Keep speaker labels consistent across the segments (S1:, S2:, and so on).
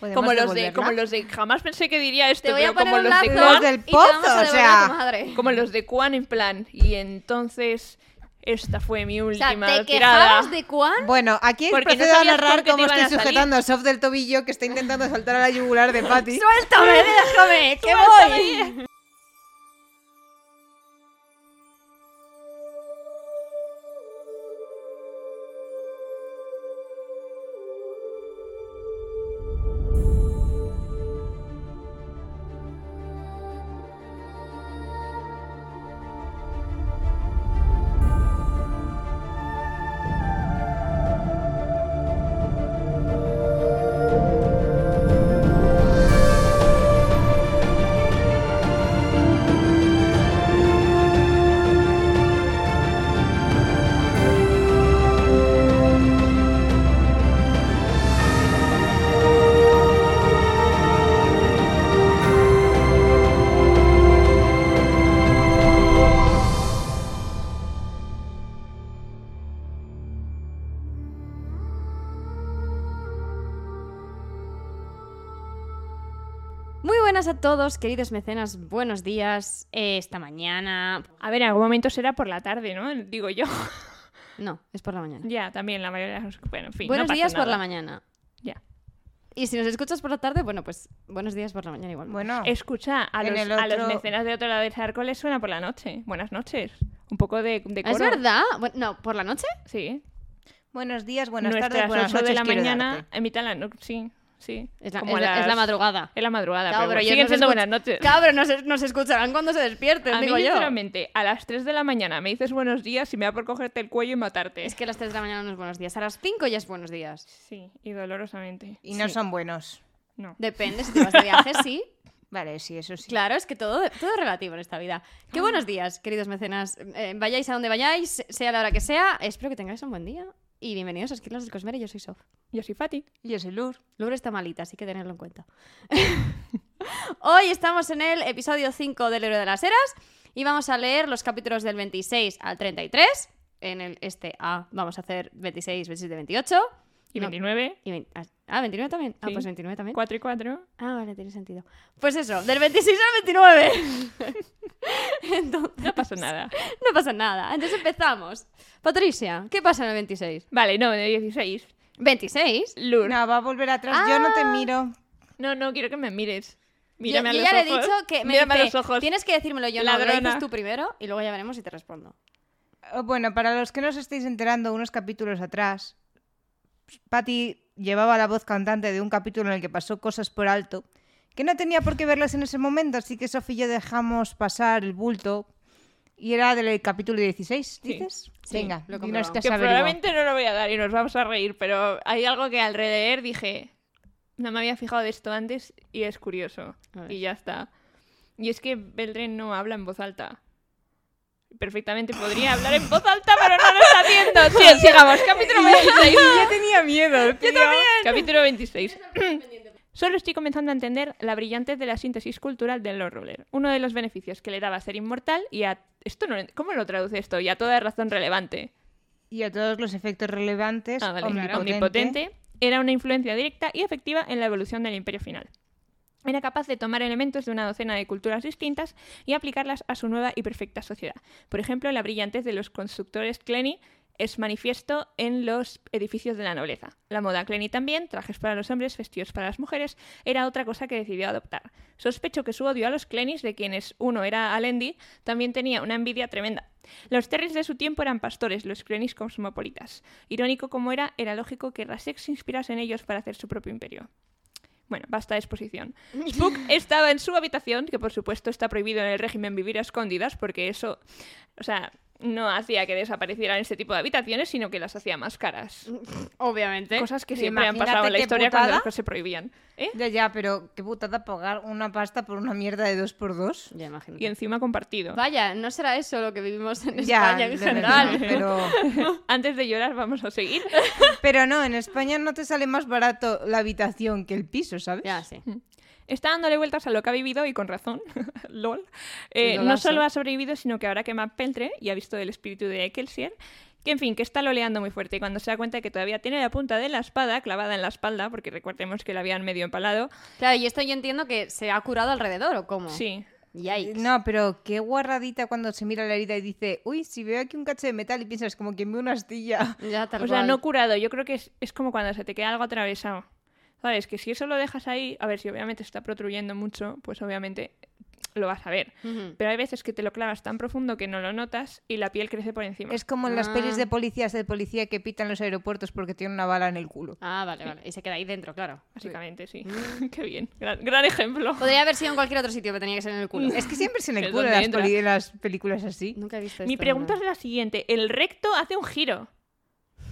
S1: Podemos
S2: Como los, de,
S1: devolverla.
S2: como los de. Jamás pensé que diría esto,
S3: Te voy a
S2: pero como
S3: poner un
S2: los
S3: lazo
S2: de
S3: y
S2: Juan.
S3: te
S1: del
S3: vamos
S1: pozo,
S3: a
S1: o
S3: devolver a
S1: sea.
S3: tu madre.
S2: Como los de Quan en plan. Y entonces, esta fue mi
S3: O sea,
S2: última tirada.
S3: ¿te quejabas de Juan?
S1: Bueno, aquí
S2: Porque
S1: procedo
S2: no
S1: a
S2: sabías con
S1: narrar
S2: qué te
S1: cómo
S2: iban
S1: estoy
S2: a salir.
S1: sujetando a Sof del tobillo que está intentando saltar a la yugular de Patty.
S3: ¡Suéltame, déjame, que voy! Muy buenas a todos, queridos mecenas. Buenos días. eh, esta mañana.
S2: A ver, en algún momento será por la tarde, ¿no? Digo yo.
S3: No, es por la mañana.
S2: ya, también la mayoría. de las- Bueno, en fin. no
S3: buenos
S2: pasa
S3: días por
S2: nada.
S3: la mañana.
S2: Ya.
S3: Y si nos escuchas por la tarde, bueno, pues buenos días por la mañana igual.
S1: Bueno,
S2: Escucha, a
S1: Ah. En
S2: los,
S1: el
S2: a los
S1: otro-
S2: mecenas de otro lado del charco les suena por la noche. Buenas noches. Un poco de, de coro.
S3: ¿Es verdad? Bueno, no, ¿por la noche?
S2: Sí.
S1: buenos días, buenas
S2: Nuestras
S1: tardes, buenas
S2: ocho
S1: noches.
S2: de la
S1: quiero
S2: mañana,
S1: darte.
S2: en mitad de la noche. Sí, sí.
S3: Es la,
S2: Como
S3: es la-
S2: las-
S3: es la madrugada.
S2: Es la madrada,
S3: Claro,
S2: pero,
S3: ellos
S2: siguen
S3: nos
S2: siendo
S3: escuch-
S2: buenas noches.
S3: Claro, pero nos, nos escucharán cuando se despierten,
S2: A mí,
S3: Ah, digo yo.
S2: sinceramente, a las 3 de la mañana me dices buenos días y me da por cogerte el cuello y matarte.
S3: Es que a las 3 de la mañana no es buenos días. A las 5 ya es buenos días.
S2: Sí, y dolorosamente.
S1: Y no
S3: Sí.
S1: son buenos.
S2: No.
S3: Depende, si te vas de viaje, sí.
S1: Vale, sí, eso sí.
S3: Claro, es que todo, todo es relativo en esta vida. Qué buenos días, queridos mecenas. Eh, vayáis a donde vayáis, sea la hora que sea. Espero que tengáis un buen día. Y bienvenidos a Esquilas del Cosmere. Yo soy Sof.
S2: Yo soy Fati.
S1: Yo soy Lur.
S3: Lourdes está malita, así que tenerlo en cuenta. Hoy estamos en el episodio 5 del Héroe de las Eras y vamos a leer los capítulos del 26 al 33. En el este A vamos a hacer 26, 27, 28.
S2: Y
S3: No.
S2: 29,
S3: Y vein- ah, 29 también. Ah,
S2: Sí.
S3: pues 29 también.
S2: 4 y 4.
S3: Ah, vale, tiene sentido. Pues eso, del 26 al 29. Entonces,
S2: No pasa nada.
S3: no pasa nada. Entonces empezamos. Patricia, ¿qué pasa en el 26?
S2: Vale, no, de 16.
S3: ¿26?
S2: Lur. No,
S1: No, va a volver atrás. Yo no
S2: Ah.
S1: te miro.
S2: no, quiero que me mires. Mírame
S3: yo, yo
S2: a los
S3: ya le he
S2: ojos.
S3: dicho que me
S2: Mírame a
S3: dice,
S2: los ojos.
S3: tienes que decírmelo yo, no, me lo
S2: Ladrona.
S3: dices tú primero y luego ya veremos si te respondo.
S1: Oh, Bueno, para los que no os estáis enterando, unos capítulos atrás, Patty llevaba la voz cantante de un capítulo en el que pasó cosas por alto que no tenía por qué verlas en ese momento, así que Sofía y yo dejamos pasar el bulto y era del capítulo 16,
S2: Sí.
S1: ¿dices?
S3: Sí,
S1: Venga,
S3: lo he
S1: dinos
S3: comprobado.
S1: que has
S2: Que
S1: averiguado.
S2: probablemente no lo voy a dar y nos vamos a reír, pero hay algo que al releer dije, no me había fijado de esto antes y es curioso.
S3: A ver.
S2: Y ya está. Y es que Beltren no habla en voz alta. Perfectamente podría hablar en voz alta, pero no lo está haciendo. Sí, sigamos. Capítulo 26.
S1: Yo tenía miedo, tío.
S2: Capítulo 26. Solo estoy comenzando a entender la brillantez de la síntesis cultural de Lord Roller. Uno de los beneficios que le daba ser inmortal y a... Esto no... ¿Cómo lo traduce esto? Y a toda razón relevante.
S1: Y a todos los efectos relevantes,
S2: Ah, vale,
S1: omnipotente.
S2: claro. omnipotente, era una influencia directa y efectiva en la evolución del imperio final. Era capaz de tomar elementos de una docena de culturas distintas y aplicarlas a su nueva y perfecta sociedad. Por ejemplo, la brillantez de los constructores Clenny es manifiesto en los edificios de la nobleza. La moda Clenny también, trajes para los hombres, vestidos para las mujeres, era otra cosa que decidió adoptar. Sospecho que su odio a los Clennys, de quienes uno era Alendi, también tenía una envidia tremenda. Los Terrys de su tiempo eran pastores, los Clennys cosmopolitas. Irónico como era, era lógico que Rasek se inspirase en ellos para hacer su propio imperio. Bueno, basta de exposición. Spook estaba en su habitación, que por supuesto está prohibido en el régimen vivir a escondidas, porque eso, o sea, no hacía que desaparecieran este tipo de habitaciones, sino que las hacía más caras. ¿eh?
S3: Obviamente.
S2: Mm, Cosas que
S1: Sí,
S2: siempre han
S1: imagínate
S2: pasado en la
S1: qué
S2: historia cuando
S1: putada.
S2: las cosas se prohibían. ¿Eh?
S1: Ya, ya, pero qué putada pagar una pasta por una mierda de dos por dos.
S3: Ya imagino.
S2: Y encima compartido.
S3: Vaya, no será eso lo que vivimos en
S1: Ya,
S3: España en
S1: de
S3: general.
S1: verdad, pero...
S2: Antes de llorar, vamos a seguir.
S1: Pero no, en España no te sale más barato la habitación que el piso, ¿sabes?
S3: Ya, sí.
S2: Está dándole vueltas a lo que ha vivido y con razón. LOL. Eh, no
S3: Lolazo.
S2: solo ha sobrevivido, sino que ahora que Matt Peltre y ha visto el espíritu de Kelsier, Que en fin, que está loleando muy fuerte y cuando se da cuenta que todavía tiene la punta de la espada clavada en la espalda, porque recordemos que la habían medio empalado.
S3: Claro, y esto yo entiendo que se ha curado alrededor, ¿o cómo?
S2: Sí.
S3: Yikes.
S1: No, pero qué guarradita cuando se mira la herida y dice, uy, si veo aquí un cacho de metal y piensas como quien ve una astilla.
S3: Ya, tal
S2: o sea,
S3: cual.
S2: no curado. Yo creo que es, es como cuando se te queda algo atravesado. ¿Sabes? Que si eso lo dejas ahí, a ver, si obviamente está protruyendo mucho, pues obviamente lo vas a ver.
S3: Ujú.
S2: Pero hay veces que te lo clavas tan profundo que no lo notas y la piel crece por encima.
S1: Es como en las
S3: Ah.
S1: pelis de policías de policía que pitan los aeropuertos porque tiene una bala en el culo.
S3: Ah, vale, vale. Y se queda ahí dentro, claro.
S2: Básicamente, sí.
S1: Mm.
S2: Qué bien. Gran, gran ejemplo.
S3: Podría haber sido en cualquier otro sitio, pero tenía que ser en el culo.
S2: Mm.
S1: Es que siempre es en
S2: Es
S1: el culo
S2: donde
S1: las,
S2: entra.
S1: peli- las películas así.
S3: Nunca he visto
S2: Mi
S3: esto,
S2: pregunta
S3: no.
S2: es la siguiente. El recto hace un giro.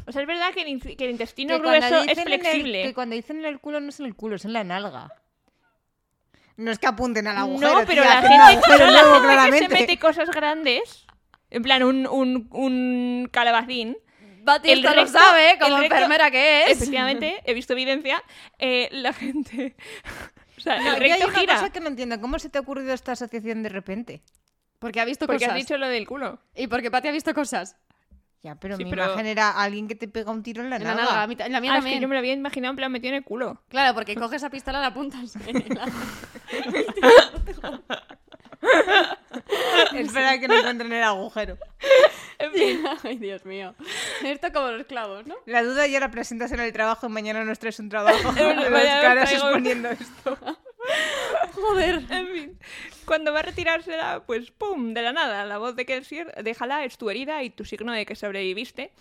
S2: O sea, es verdad que el, in- que el intestino
S1: Que cuando
S2: grueso es
S1: dicen en el-
S2: flexible.
S1: que cuando dicen en el culo no es en el culo, es en la nalga. No es que apunten al agujero.
S2: no, pero
S1: tía,
S2: la
S1: hacen
S2: gente,
S1: un agujero
S2: la
S1: nuevo,
S2: gente que
S1: claramente.
S2: se mete cosas grandes, en plan un, un, un calabacín,
S3: Bati
S2: El
S3: esto lo
S2: recto-
S3: sabe, como
S2: el recto-
S3: enfermera que es.
S2: efectivamente, he visto evidencia, eh, la gente... O sea,
S1: No,
S2: el
S1: yo hay
S2: recto
S1: una
S2: gira.
S1: cosa que no entiendo. ¿Cómo se te ha ocurrido esta asociación de repente?
S3: Porque ha visto
S2: Porque
S3: cosas.
S2: has dicho lo del culo.
S3: Y porque Pati ha visto cosas.
S1: Ya, pero
S2: Sí,
S1: mi
S2: pero-
S1: imagen era alguien que te pega un tiro en la
S3: En la
S1: nalga.
S3: nalga, a mí ta- en la mía
S2: Ah, es que
S3: también.
S2: yo me lo había imaginado en plan metido en el culo.
S3: Claro, porque coges esa pistola y la apuntas.
S1: Espera que no encuentren el agujero.
S2: En fin,
S3: Ay, Dios mío. Esto como los clavos, ¿no?
S1: La duda ya la presentas en el trabajo y mañana nos traes un trabajo.
S2: verdad,
S1: Las
S2: ya
S1: caras
S2: traigo-
S1: exponiendo esto.
S3: Joder.
S2: en fin. Cuando va a retirársela, pues ¡pum! De la nada, la voz de Kelsier, déjala, es tu herida y tu signo de que sobreviviste.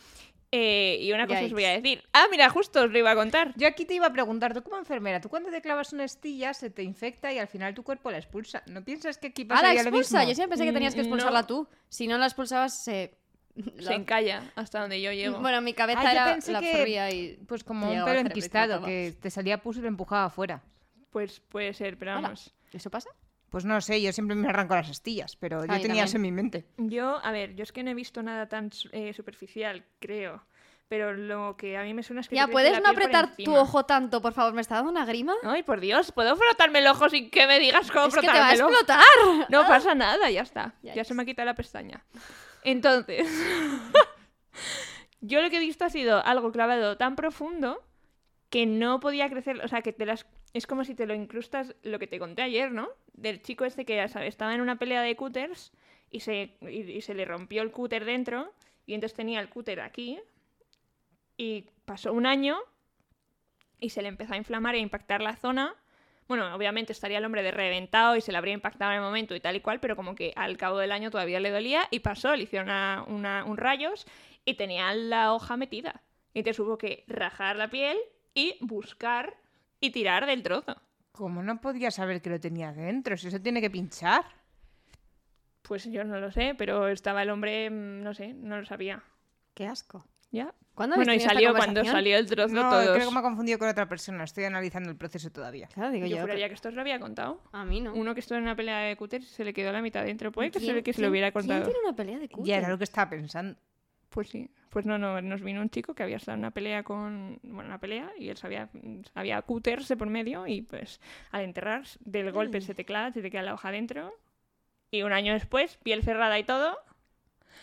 S2: Eh, y una cosa os voy a decir. Ah, mira, justo os lo iba a contar.
S1: Yo aquí te iba a preguntar, tú como enfermera, tú cuando te clavas una estilla se te infecta y al final tu cuerpo la expulsa. ¿No piensas que aquí
S3: Ah, la
S1: pasaría lo mismo?
S3: expulsa. Yo siempre pensé que tenías que
S2: Mm, no.
S3: expulsarla tú. Si no la expulsabas, se.
S2: Se encalla hasta donde yo llego.
S3: Bueno, en mi cabeza
S1: Ah, yo
S3: era
S1: pensé
S3: la
S1: que-
S3: absorbía y.
S1: Pues como un
S3: Llegaba al
S1: pelo
S3: cerebro y te
S1: enquistado,
S3: mataba.
S1: que te salía pus y lo empujaba afuera.
S2: Pues puede ser, pero
S3: Ala.
S2: vamos.
S3: ¿Eso pasa?
S1: Pues no sé, yo siempre me arranco las astillas, pero yo tenía
S3: mí Ah, también.
S1: eso en mi mente.
S2: Yo, a ver, yo es que no he visto nada tan su- eh, superficial, creo. Pero lo que a mí me suena es que.
S3: Ya,
S2: te crece
S3: ¿puedes
S2: la
S3: no
S2: piel por
S3: apretar tu
S2: encima.
S3: ojo tanto, por favor? ¿Me está dando una grima?
S2: Ay, por Dios, ¿puedo frotarme el ojo sin que me digas cómo
S3: Es que te va a
S2: frotármelo?
S3: explotar.
S2: No pasa nada, ya está.
S3: Ya,
S2: Ya,
S3: ya
S2: se me ha quitado la pestaña. Entonces, yo lo que he visto ha sido algo clavado tan profundo que no podía crecer. O sea, que te las. Es como si te lo incrustas lo que te conté ayer, ¿no? Del chico este que ¿sabes? estaba en una pelea de cúters y se, y- y se le rompió el cúter dentro y entonces tenía el cúter aquí y pasó un año y se le empezó a inflamar e impactar la zona. Bueno, obviamente estaría el hombre de reventado y se le habría impactado en el momento y tal y cual, pero como que al cabo del año todavía le dolía y pasó, le hicieron una- una- un rayos y tenía la hoja metida. Y te hubo que rajar la piel y buscar y tirar del trozo.
S1: Como no podía saber que lo tenía dentro, si eso tiene que pinchar.
S2: Pues yo no lo sé, pero estaba el hombre, mm, no sé, no lo sabía.
S3: Qué asco.
S2: ¿Ya?
S3: ¿Cuándo habéis
S2: Bueno, y
S3: tenido esta
S2: salió cuando
S3: conversación?
S2: salió el trozo
S1: No,
S2: todos.
S1: creo que me ha confundido con otra persona, estoy analizando el proceso todavía.
S3: Claro, digo
S2: Yo
S3: yo.
S2: juraría que esto os lo había contado.
S3: A mí no.
S2: Uno que estuvo en una pelea de cúter se le quedó la mitad dentro. Puede que se,
S3: ¿Quién-
S2: le- que se
S3: quién-
S2: lo hubiera contado.
S3: ¿Quién tiene una pelea de cúter?
S1: Ya era lo que estaba pensando.
S2: Pues sí. Pues no, no, nos vino un chico que había estado en una pelea con. Bueno, una pelea y él sabía, había cúters de por medio y pues al enterrar del golpe se te clava, se te queda la hoja dentro. Y un año después, piel cerrada y todo.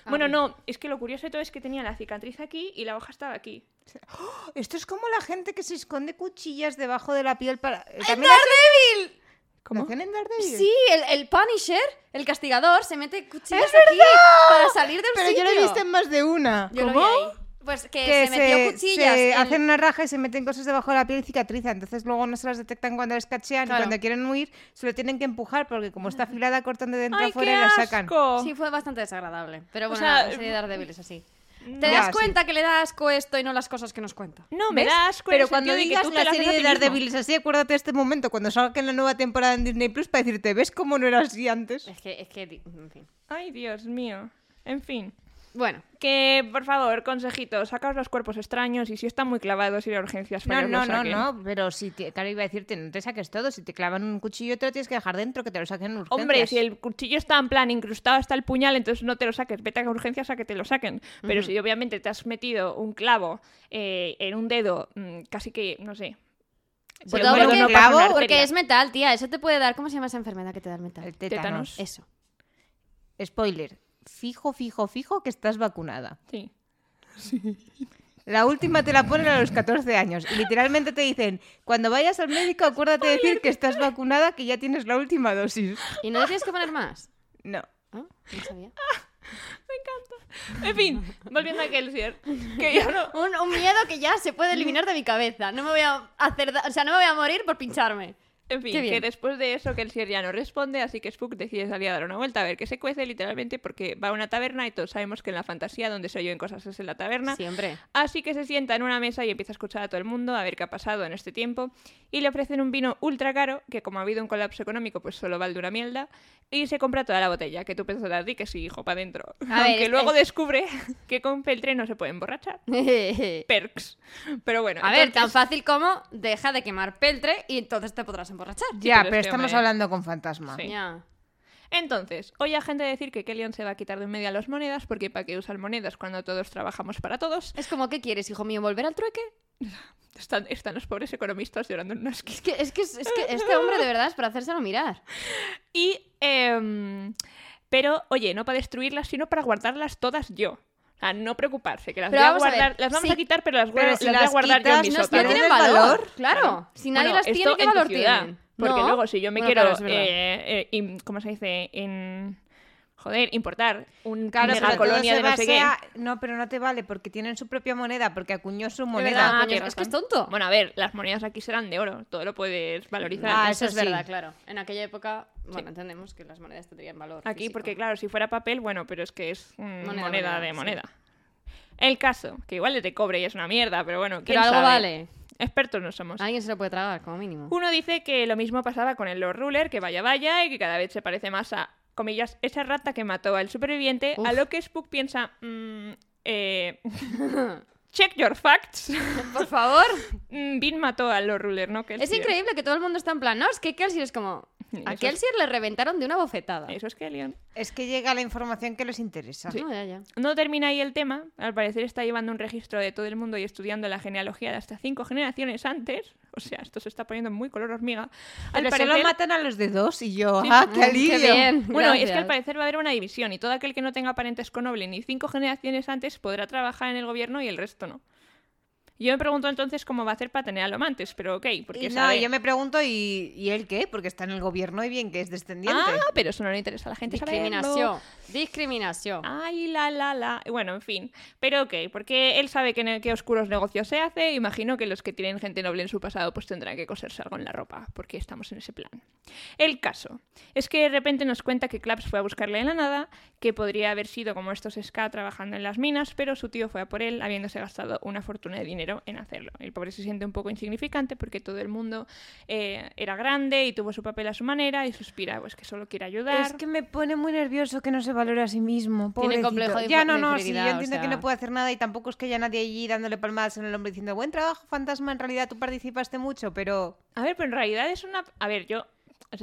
S3: Ah,
S2: bueno,
S3: bien.
S2: no, es que lo curioso de todo es que tenía la cicatriz aquí y la hoja estaba aquí.
S1: Esto es como la gente que se esconde cuchillas debajo de la piel para... ¡En
S3: ¡Daredevil!
S2: ¿Cómo?
S1: en Daredevil?
S3: Sí, el, el Punisher, el castigador, se mete cuchillas
S1: ¡Es
S3: aquí para salir de un
S1: Pero yo
S3: sitio.
S1: lo he visto en más de una.
S3: Yo lo vi
S2: ¿Cómo?
S3: ahí. Pues que,
S1: que
S3: se metió cuchillas.
S1: se
S3: en-
S1: hacen una raja y se meten cosas debajo de la piel y cicatriza. Entonces luego no se las detectan cuando les cachean
S3: Claro.
S1: y cuando quieren huir se lo tienen que empujar porque como está afilada cortan de dentro
S2: ¡Ay,
S1: a fuera
S2: qué
S1: y la sacan.
S2: asco!
S3: Sí, fue bastante desagradable. Pero
S2: O
S3: bueno,
S2: sea, mm,
S3: nada, la serie de Daredevil es así. ¿Te
S1: Ya,
S3: das
S1: sí.
S3: cuenta que le da asco esto y no las cosas que nos cuenta?
S2: No, me
S1: ¿Ves?
S2: da asco en el
S1: Pero cuando
S2: sentido de que
S1: digas
S2: tú te
S1: la
S2: lo haces
S1: serie
S2: a
S1: de
S2: ti mismo.
S1: Daredevil es así, acuérdate de este momento, cuando salga en la nueva temporada en Disney Plus para decirte, ¿ves cómo no era así antes?
S3: Es que, es que, di- en fin.
S2: Ay, Dios mío. En fin.
S3: Bueno,
S2: Que, por favor, consejitos, sacaos los cuerpos extraños y si están muy clavados, ir a urgencias para
S1: No,
S2: que os
S1: no,
S2: lo
S1: no,
S2: saquen.
S1: no, pero si te, claro, iba a decirte, no te saques todo, si te clavan un cuchillo te lo tienes que dejar dentro, que te lo saquen en urgencias.
S2: Hombre, si el cuchillo está en plan incrustado hasta el puñal, entonces no te lo saques. Vete a urgencias a que te lo saquen. Pero si obviamente te has metido un clavo eh, en un dedo, mm, casi que, no sé.
S3: sobre
S1: Pero
S3: todo
S1: bueno,
S3: porque,
S1: no pasa una
S3: porque es metal, tía. Eso te puede dar. ¿Cómo se llama esa enfermedad que te da el metal?
S1: El tétanos.
S2: tétanos.
S3: Eso.
S1: Spoiler, fijo, fijo, fijo que estás vacunada.
S2: Sí.
S1: La última te la ponen a los 14 años. Y literalmente te dicen, cuando vayas al médico acuérdate de decir que estás vacunada, que ya tienes la última dosis.
S3: ¿Y no le tienes que poner más?
S1: No.
S3: Ah, No sabía.
S2: En fin, volviendo a Kelsier. Que yo no.
S3: Un, un miedo que ya se puede eliminar de mi cabeza. No me voy a hacer, da- o sea, no me voy a morir por pincharme.
S2: En fin,
S3: Qué bien.
S2: que después de eso Kelsier ya no responde, así que Spook decide salir a dar una vuelta a ver qué se cuece, literalmente, porque va a una taberna y todos sabemos que en la fantasía donde se oyen cosas es en la taberna.
S3: Siempre.
S2: Así que se sienta en una mesa y empieza a escuchar a todo el mundo a ver qué ha pasado en este tiempo. Y le ofrecen un vino ultra caro, que como ha habido un colapso económico, pues solo vale una mierda. Y se compra toda la botella, que tú pensarás, di que sí, hijo, para adentro.
S3: A ver,
S2: Aunque
S3: es-
S2: luego
S3: es-
S2: descubre que con Peltre no se puede emborrachar.
S3: a
S2: Perks. Pero bueno.
S3: ver,
S2: entonces-
S3: tan fácil como deja de quemar peltre y entonces te podrás emborrachar.
S1: Ya,
S2: pero
S1: pero,
S2: este
S1: estamos
S2: hombre-
S1: hablando con fantasma.
S2: Sí.
S3: Ya.
S2: Entonces, oye a gente decir que Kellyon se va a quitar de en medio a las monedas, porque ¿para qué usar monedas cuando todos trabajamos para todos?
S3: Es como, ¿qué quieres, hijo mío? ¿Volver al trueque?
S2: Están, están los pobres economistas llorando en una
S3: Es
S2: esquina.
S3: que, es que, es que este hombre de verdad es para hacérselo mirar.
S2: Y, em, pero, oye, no para destruirlas, sino para guardarlas todas yo. A no preocuparse, que las
S3: Pero
S2: voy a
S3: vamos a ver,
S2: guardar. las vamos
S3: si-
S2: a quitar, pero las, guardo-
S1: pero si
S2: las voy a
S1: las
S2: guardar yo en
S1: quitas,
S2: mi
S1: no es
S3: No
S2: sótano.
S1: Pero
S3: tienen
S1: tienen
S3: valor,
S1: valor,
S3: claro.
S2: Claro.
S3: Si nadie
S2: Bueno,
S3: las
S2: esto
S3: tiene, ¿qué
S2: en tu
S3: valor
S2: ciudad,
S3: tienen?
S2: Porque
S3: No.
S2: luego, si yo me
S3: Bueno,
S2: quiero,
S3: claro, es verdad.
S2: eh, eh, im- ¿cómo se dice? En, joder, importar un
S1: Claro,
S2: mega
S1: pero todo
S2: colonia
S1: se
S2: de no sé qué.
S1: basea- no, pero no te vale porque tienen su propia moneda, porque acuñó su
S3: verdad,
S1: moneda.
S2: Ah,
S3: coño,
S2: qué
S3: es que es
S2: razón.
S3: tonto.
S2: Bueno, a ver, las monedas aquí serán de oro, todo lo puedes valorizar.
S1: Ah,
S3: eso,
S1: eso
S3: es verdad,
S1: sí.
S3: claro. En aquella época, bueno, entendemos que las monedas tendrían valor.
S2: aquí,
S3: físico.
S2: porque claro, si fuera papel, bueno, pero es que es mm, moneda,
S3: Moneda, moneda,
S2: de
S3: sí.
S2: moneda. El caso, que igual es de cobre y es una mierda, pero bueno, ¿quién
S3: Pero algo
S2: sabe?
S3: vale.
S2: Expertos no somos.
S3: Alguien se lo puede tragar, como mínimo.
S2: Uno dice que lo mismo pasaba con el Lord Ruler, que vaya vaya, y que cada vez se parece más a, comillas, esa rata que mató al superviviente,
S3: Uf.
S2: a lo que Spook piensa, mm, eh, check your facts.
S3: Por favor.
S2: Mm, Bean mató al Lord Ruler, ¿no? Que
S3: Es increíble que todo el mundo está en plan, no, es que Kelsier es como...
S2: Eso
S3: A
S2: es-
S3: Kelsier le reventaron de una bofetada.
S2: Eso es que Leon.
S1: Es que llega la información que les interesa.
S3: No, ya, ya.
S2: No termina ahí el tema. Al parecer está llevando un registro de todo el mundo y estudiando la genealogía de hasta cinco generaciones antes. O sea, esto se está poniendo muy color hormiga. Al
S1: Pero
S2: parecer...
S1: solo matan a los de dos y yo, ¡ah, qué
S3: Mm,
S1: alivio!
S3: bien,
S2: Bueno, es que
S3: gracias.
S2: al parecer va a haber una división y todo aquel que no tenga parentes con Noble ni cinco generaciones antes podrá trabajar en el gobierno y el resto no. Yo me pregunto entonces cómo va a hacer para tener a Lomantes, pero ok, porque
S1: Y no,
S2: sabe-
S1: yo me pregunto, ¿y, ¿y él qué? Porque está en el gobierno y bien que es descendiente.
S2: Ah, pero eso no le interesa a la gente saberlo.
S3: Discriminación. Discriminación.
S2: Ay, la, la, la. Bueno, en fin. Pero ok, porque él sabe que ne- qué oscuros negocios se hace. Imagino que los que tienen gente noble en su pasado pues tendrán que coserse algo en la ropa, porque estamos en ese plan. El caso es que de repente nos cuenta que Claps fue a buscarle en la nada, que podría haber sido como estos Ska trabajando en las minas, pero su tío fue a por él, habiéndose gastado una fortuna de dinero en hacerlo. El pobre se siente un poco insignificante porque todo el mundo eh, era grande y tuvo su papel a su manera y suspira, pues que solo quiere ayudar.
S1: Es que me pone muy nervioso que no se valore a sí mismo.
S3: Tiene
S1: pobrecito.
S3: complejo de
S1: Ya,
S3: infra-
S1: no,
S3: de
S1: no, sí, yo
S3: inferioridad, o
S1: entiendo que
S3: sea.
S1: no puede hacer nada y tampoco es que haya nadie allí dándole palmadas en el hombro diciendo, buen trabajo, fantasma, en realidad tú participaste mucho, pero...
S2: A ver, pero en realidad es una. A ver, yo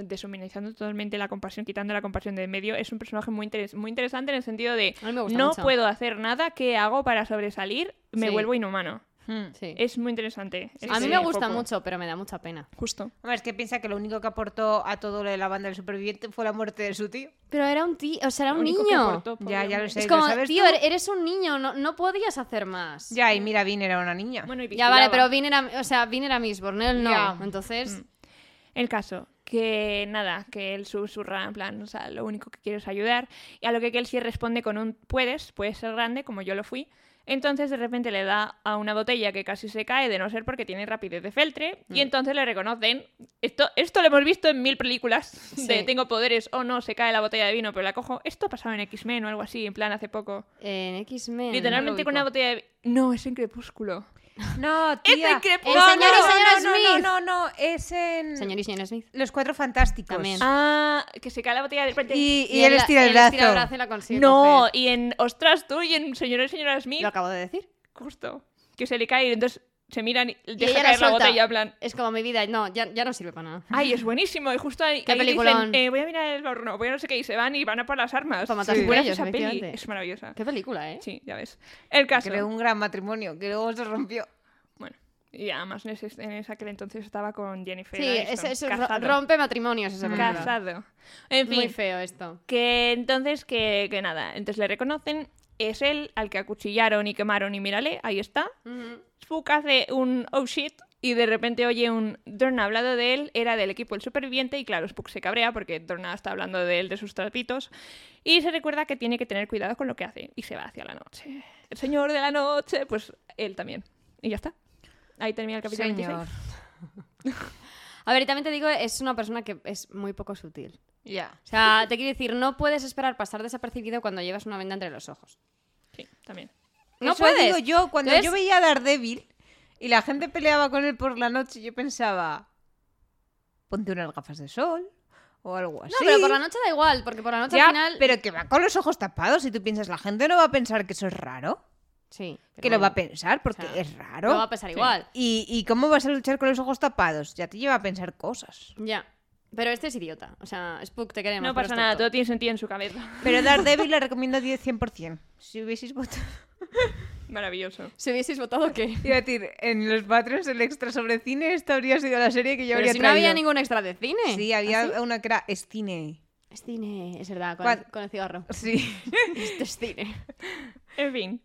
S2: deshumanizando totalmente la compasión, quitando la compasión de en medio, es un personaje muy, interes- muy interesante en el sentido de
S3: A mí me gusta
S2: no
S3: mucho.
S2: puedo hacer nada, ¿qué hago para sobresalir? Me
S3: Sí.
S2: vuelvo inhumano.
S1: hmm.
S3: Sí.
S2: Es muy interesante.
S3: A mí
S2: ese
S3: me gusta
S2: foco.
S3: mucho, pero me da mucha pena.
S2: Justo.
S1: Hombre, es que piensa que lo único que aportó a todo lo de la banda del superviviente fue la muerte de su tío.
S3: Pero era un tío, o sea, era
S2: Lo
S3: un
S2: único que
S3: niño.
S2: aportó, pobre
S1: Ya, ya
S2: hombre.
S1: lo sé.
S3: Es
S1: ¿lo
S3: como,
S1: sabes
S3: tío,
S1: tú?
S3: eres un niño, no, no podías hacer más.
S1: Ya, y mira, Vin era una niña.
S2: Bueno, y
S3: Ya, vale,
S2: vigilaba.
S3: pero Vin era, o sea, Vin era Mistborn, él no.
S1: Ya.
S3: Entonces,
S2: El caso, que nada, que él susurra en plan, o sea, lo único que quiero es ayudar. Y a lo que Kelsey responde con un puedes, puedes ser grande, como yo lo fui. Entonces de repente le da a una botella que casi se cae, de no ser porque tiene rapidez de feltre, y entonces le reconocen. Esto, esto lo hemos visto en mil películas de
S3: Sí.
S2: tengo poderes o no, se cae la botella de vino, pero la cojo. Esto ha pasado en X-Men o algo así, en plan hace poco.
S3: en X-Men. no
S2: Literalmente
S3: lo
S2: con una
S3: ubico.
S2: botella de vi- No, es en crepúsculo.
S1: No,
S2: Es
S1: tía.
S2: en Crepúsculo.
S1: No, no,
S3: El señor y
S1: no,
S3: señora
S1: no,
S3: Smith.
S1: No, no, no, es en...
S3: Señor y señora Smith.
S1: Los Cuatro Fantásticos.
S3: También.
S2: Ah, que se cae la botella de repente.
S1: Y, y
S3: Y
S1: él
S3: la-
S1: estira el
S3: él
S1: brazo.
S3: estira el brazo y la consigue
S2: no,
S3: coger.
S2: y en Ostras tú y en Señor y Señora Smith,
S3: Lo acabo de decir.
S2: justo, que se le cae y entonces se miran y deja
S3: ella la
S2: caer la,
S3: suelta.
S2: botella, en plan,
S3: Es como mi vida, no, ya, ya no sirve para nada.
S2: ay, es buenísimo, y justo ahí,
S3: Qué
S2: ahí dicen,
S3: peliculón.
S2: eh, voy a mirar el horno, voy a no sé qué, y se van y van a por las armas.
S3: Para matar
S1: Sí.
S2: Qué buena es
S3: ellos,
S2: esa peli,
S3: efectivamente.
S2: es maravillosa.
S3: Qué película, ¿eh?
S2: Sí, ya ves. El caso,
S1: Creó un gran matrimonio que luego se rompió.
S2: bueno, y además en, ese- en ese aquel entonces estaba con Jennifer
S3: Sí,
S2: Aniston,
S3: eso, eso ro-
S2: casado.
S3: rompe matrimonios esa película.
S2: Casado. En fin,
S3: Muy feo esto.
S2: Que entonces, que, que nada, entonces le reconocen es él al que acuchillaron y quemaron y mírale, ahí está. Spook hace un oh shit y de repente oye un Dorn ha hablado de él, era del equipo El Superviviente y claro, Spook se cabrea porque Dorn está hablando de él, de sus trapitos y se recuerda que tiene que tener cuidado con lo que hace y se va hacia la noche. El señor de la noche, pues él también. Y ya está. Ahí termina el capítulo 26.
S3: A ver, y también te digo, es una persona que es muy poco sutil.
S1: Ya.
S3: O sea, te quiero decir, no puedes esperar pasar desapercibido cuando llevas una venda entre los ojos.
S2: Sí, también.
S3: No
S1: Eso
S3: puedes.
S1: digo yo, cuando
S3: Entonces-
S1: yo veía a Daredevil y la gente peleaba con él por la noche, yo pensaba, ponte unas gafas de sol o algo así.
S3: No, pero por la noche da igual, porque por la noche
S1: Ya,
S3: al final.
S1: pero que va con los ojos tapados y tú piensas, la gente no va a pensar que eso es raro,
S3: Sí.
S1: que lo va a pensar porque
S3: o sea,
S1: es raro.
S3: Lo va a pasar igual.
S1: ¿Y, ¿Y cómo vas a luchar con los ojos tapados? Ya te lleva a pensar cosas.
S3: Ya. Pero este es idiota. O sea, Spook, te queremos.
S2: No
S3: pero
S2: pasa
S3: es
S2: nada,
S3: tonto.
S2: todo tiene sentido en su cabeza.
S1: Pero Daredevil la recomiendo 10 100%. Si hubieseis votado...
S2: Maravilloso.
S3: Si hubieseis votado, ¿qué?
S1: Iba a decir, en los Patreons el extra sobre cine, esta habría sido la serie que yo
S3: Pero
S1: habría
S3: si no
S1: traído.
S3: había ningún extra de cine.
S1: Sí,
S3: ¿Ah,
S1: había una que era es cine.
S3: Es cine, es verdad, con,
S1: ¿Cuál?
S3: el, con el cigarro.
S1: Sí.
S3: Esto es cine.
S2: En fin.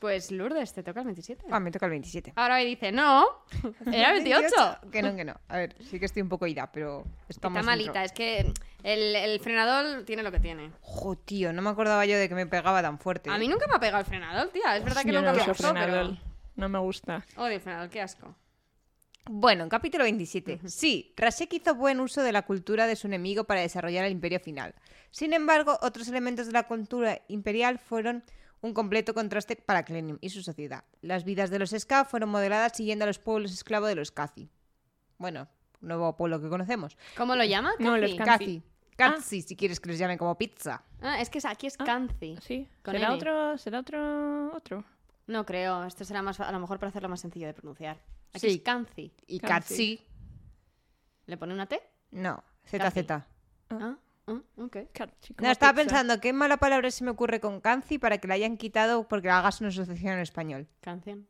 S3: Pues Lourdes, te toca el 27.
S1: Ah, me toca el 27.
S3: Ahora me dice, no, era el 28.
S1: Que no, que no. A ver, sí que estoy un poco ida, pero está
S3: Está
S1: más
S3: malita,
S1: dentro.
S3: es que el, el frenador tiene lo que tiene.
S1: Jo, tío, no me acordaba yo de que me pegaba tan fuerte. ¿eh?
S3: A mí nunca me ha pegado el frenador, tía. Es verdad que
S2: Yo
S3: nunca
S2: no
S3: me
S2: uso
S3: gustó,
S2: Frenadol.
S3: pero...
S2: No me gusta.
S3: Odio el frenador, qué asco.
S1: Bueno, en capítulo 27. Sí, Rasek hizo buen uso de la cultura de su enemigo para desarrollar el imperio final. Sin embargo, otros elementos de la cultura imperial fueron un completo contraste para Clenium y su sociedad. Las vidas de los Ska fueron modeladas siguiendo a los pueblos esclavos de los Kazi. Bueno, nuevo pueblo que conocemos.
S3: ¿Cómo lo llama?
S2: No, los
S3: Kanzi.
S2: can-
S1: Kazi.
S2: Kanzi.
S1: Kazi, si quieres que les llamen como pizza.
S3: Ah, es que es- aquí es
S2: Ah,
S3: Kanzi.
S2: Sí.
S3: Con
S2: ¿Será
S3: N.
S2: otro, será otro, otro.
S3: No creo, esto será más, fa- a lo mejor para hacerlo más sencillo de pronunciar. Aquí
S1: Sí.
S3: es Kanzi.
S1: Y
S2: Kazi.
S1: Katsi.
S3: ¿Le pone una T?
S1: No,
S3: Kazi.
S1: ZZ.
S3: Ah, ah, ok.
S2: Catchy, como
S1: No, estaba
S2: pizza.
S1: pensando, ¿qué mala palabra se me ocurre con Kanzi para que la hayan quitado porque la hagas una asociación en español?
S3: Canción.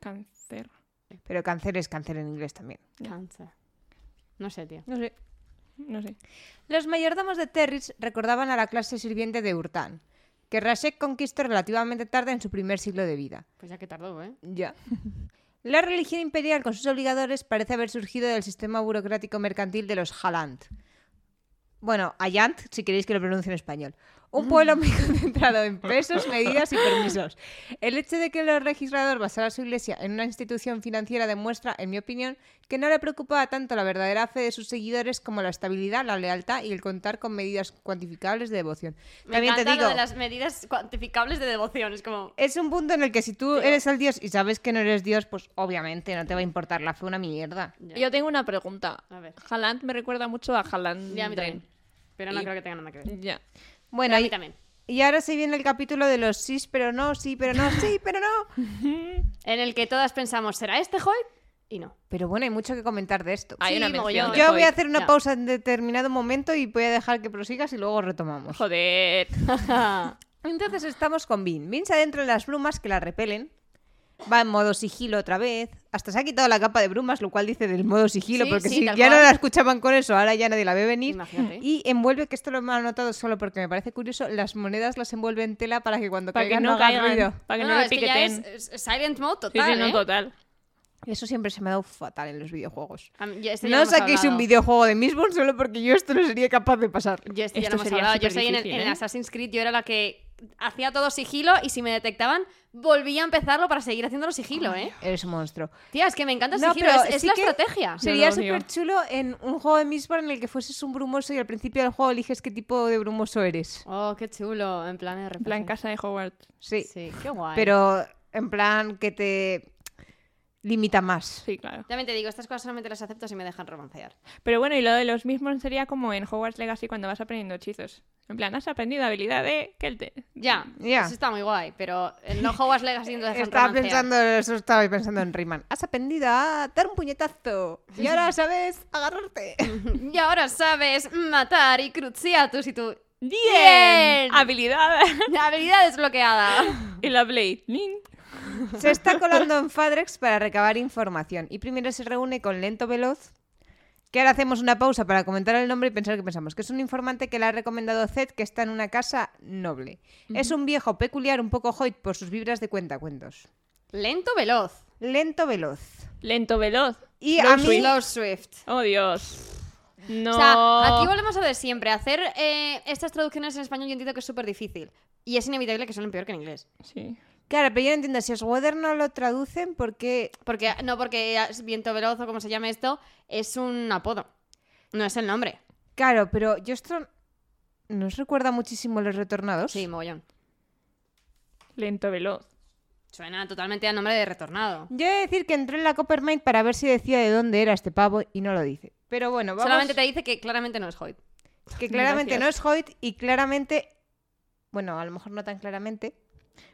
S2: Cáncer.
S1: Pero cáncer es cáncer en inglés también.
S3: Cáncer. No sé, tío.
S1: No sé.
S2: No sé.
S1: Los mayordomos de Terris recordaban a la clase sirviente de Urtán, que Rasek conquistó relativamente tarde en su primer siglo de vida.
S3: Pues ya que tardó, ¿eh?
S1: Ya. La religión imperial con sus obligadores parece haber surgido del sistema burocrático mercantil de los Halant. Bueno, Hallant, si queréis que lo pronuncie en español.
S3: Mm.
S1: Un pueblo muy concentrado en pesos, medidas y permisos. El hecho de que el registrador basara su iglesia en una institución financiera demuestra, en mi opinión, que no le preocupaba tanto la verdadera fe de sus seguidores como la estabilidad, la lealtad y el contar con medidas cuantificables de devoción.
S3: Me
S1: También te
S3: encanta
S1: digo,
S3: lo de las medidas cuantificables de devoción. Es como...
S1: es un punto en el que si tú eres el dios y sabes que no eres dios, pues obviamente no te va a importar la fe una mierda.
S3: Ya.
S2: Yo tengo una pregunta.
S3: A ver.
S2: Haaland me recuerda mucho a Haaland.
S3: Ya, a mí también. Pero no creo que tenga nada que ver.
S2: Ya.
S1: Bueno,
S3: Pero a mí
S1: y-
S3: también.
S1: y ahora se viene el capítulo de los sí, pero no, sí, pero no, sí, pero no.
S3: En el que todas pensamos, ¿será este Hoyt? Y no.
S1: Pero bueno, hay mucho que comentar de esto.
S2: Hay
S3: Sí,
S2: una mención.
S3: mogollón.
S2: de
S1: Yo voy
S2: Hoyt.
S1: a hacer una
S3: Ya.
S1: pausa en determinado momento y voy a dejar que prosigas y luego retomamos.
S2: Joder.
S1: Entonces estamos con Vin. Vin se adentra en las brumas que la repelen. Va en modo sigilo otra vez. Hasta se ha quitado la capa de brumas, lo cual dice del modo sigilo,
S3: Sí,
S1: porque
S3: sí,
S1: si ya
S3: tal
S1: no
S3: cual.
S1: la escuchaban con eso, ahora ya nadie la ve venir.
S3: Imagínate.
S1: Y envuelve, que esto lo he anotado solo porque me parece curioso, las monedas las envuelve en tela para que cuando
S2: Para que
S1: caigan
S2: no
S1: no hagan
S2: caigan.
S1: ruido.
S2: Para que no,
S3: no,
S2: le
S3: es que ya
S2: piqueten.
S3: es, es silent mode
S2: Sí,
S3: total,
S2: sí, no,
S3: ¿eh?
S2: total.
S1: Eso siempre se me ha dado fatal en los videojuegos.
S3: A mí- ya este ya
S1: No
S3: lo hemos
S1: saquéis un
S3: hablado.
S1: videojuego de Mistborn solo porque yo esto no sería capaz de pasar.
S3: Yo este ya
S2: Esto
S3: lo hemos
S2: sería
S3: hablado. Yo soy en,
S2: superdifícil,
S3: el, en el
S2: ¿eh?
S3: Assassin's Creed, yo era la que hacía todo sigilo y si me detectaban, volvía a empezarlo para seguir haciéndolo sigilo, ¿eh?
S1: Eres un monstruo.
S3: Tía, es que me encanta el
S1: No,
S3: sigilo,
S1: pero
S3: es, es
S1: sí
S3: la
S1: que-
S3: estrategia.
S2: Sí.
S1: Sería
S2: lo odio.
S1: súper chulo en un juego de Mistborn en el que fueses un brumoso y al principio del juego eliges qué tipo de brumoso eres.
S3: Oh, qué chulo, en plan
S2: En
S3: RPG.
S2: plan casa de Hogwarts.
S1: Sí.
S3: Sí, qué guay.
S1: Pero en plan que te limita más.
S2: Sí, claro.
S3: También te digo, estas cosas solamente las acepto si me dejan romancear.
S2: Pero bueno, y lo de los mismos sería como en Hogwarts Legacy cuando vas aprendiendo hechizos. En plan, has aprendido habilidad de Kelte.
S3: Ya,
S1: Ya.
S3: eso está muy guay, pero en no Hogwarts Legacy no te dejan
S1: Estaba
S3: romancear.
S1: pensando, eso estaba pensando en Rayman. Has aprendido a dar un puñetazo y ahora sabes agarrarte.
S3: Y ahora sabes matar y cruciatus y tú...
S2: ¡Bien! Habilidad.
S3: Habilidad desbloqueada.
S2: y la Blade. ¡Ning!
S1: Se está colando en Fadrex para recabar información y primero se reúne con Lento Veloz, Que ahora hacemos una pausa para comentar el nombre y pensar que pensamos. Que es un informante que le ha recomendado Zed que está en una casa noble. Es un viejo peculiar, un poco hoit por sus vibras de cuentacuentos.
S3: Lento, veloz.
S1: Lento, veloz.
S2: Lento, veloz.
S1: Y
S2: Low
S1: a mí...
S3: Love Swift.
S2: Oh, Dios. No.
S3: O sea, aquí volvemos a ver siempre. Hacer eh, estas traducciones en español yo entiendo que es súper difícil. Y es inevitable que suenen peor que en inglés.
S2: Sí.
S1: Claro, pero yo no entiendo. Si Oswether no lo traducen, porque
S3: Porque, no, porque es Viento Veloz o como se llame esto, es un apodo. No es el nombre.
S1: Claro, pero yo esto... ¿Nos recuerda muchísimo a los retornados?
S3: Sí, mogollón.
S2: Lento, veloz.
S3: Suena totalmente al nombre de retornado.
S1: Yo he de decir que entré en la Coppermine para ver si decía de dónde era este pavo y no lo dice. Pero bueno, vamos...
S3: Solamente te dice que claramente no es Hoyt.
S1: Que claramente no es Hoyt y claramente. Bueno, a lo mejor no tan claramente.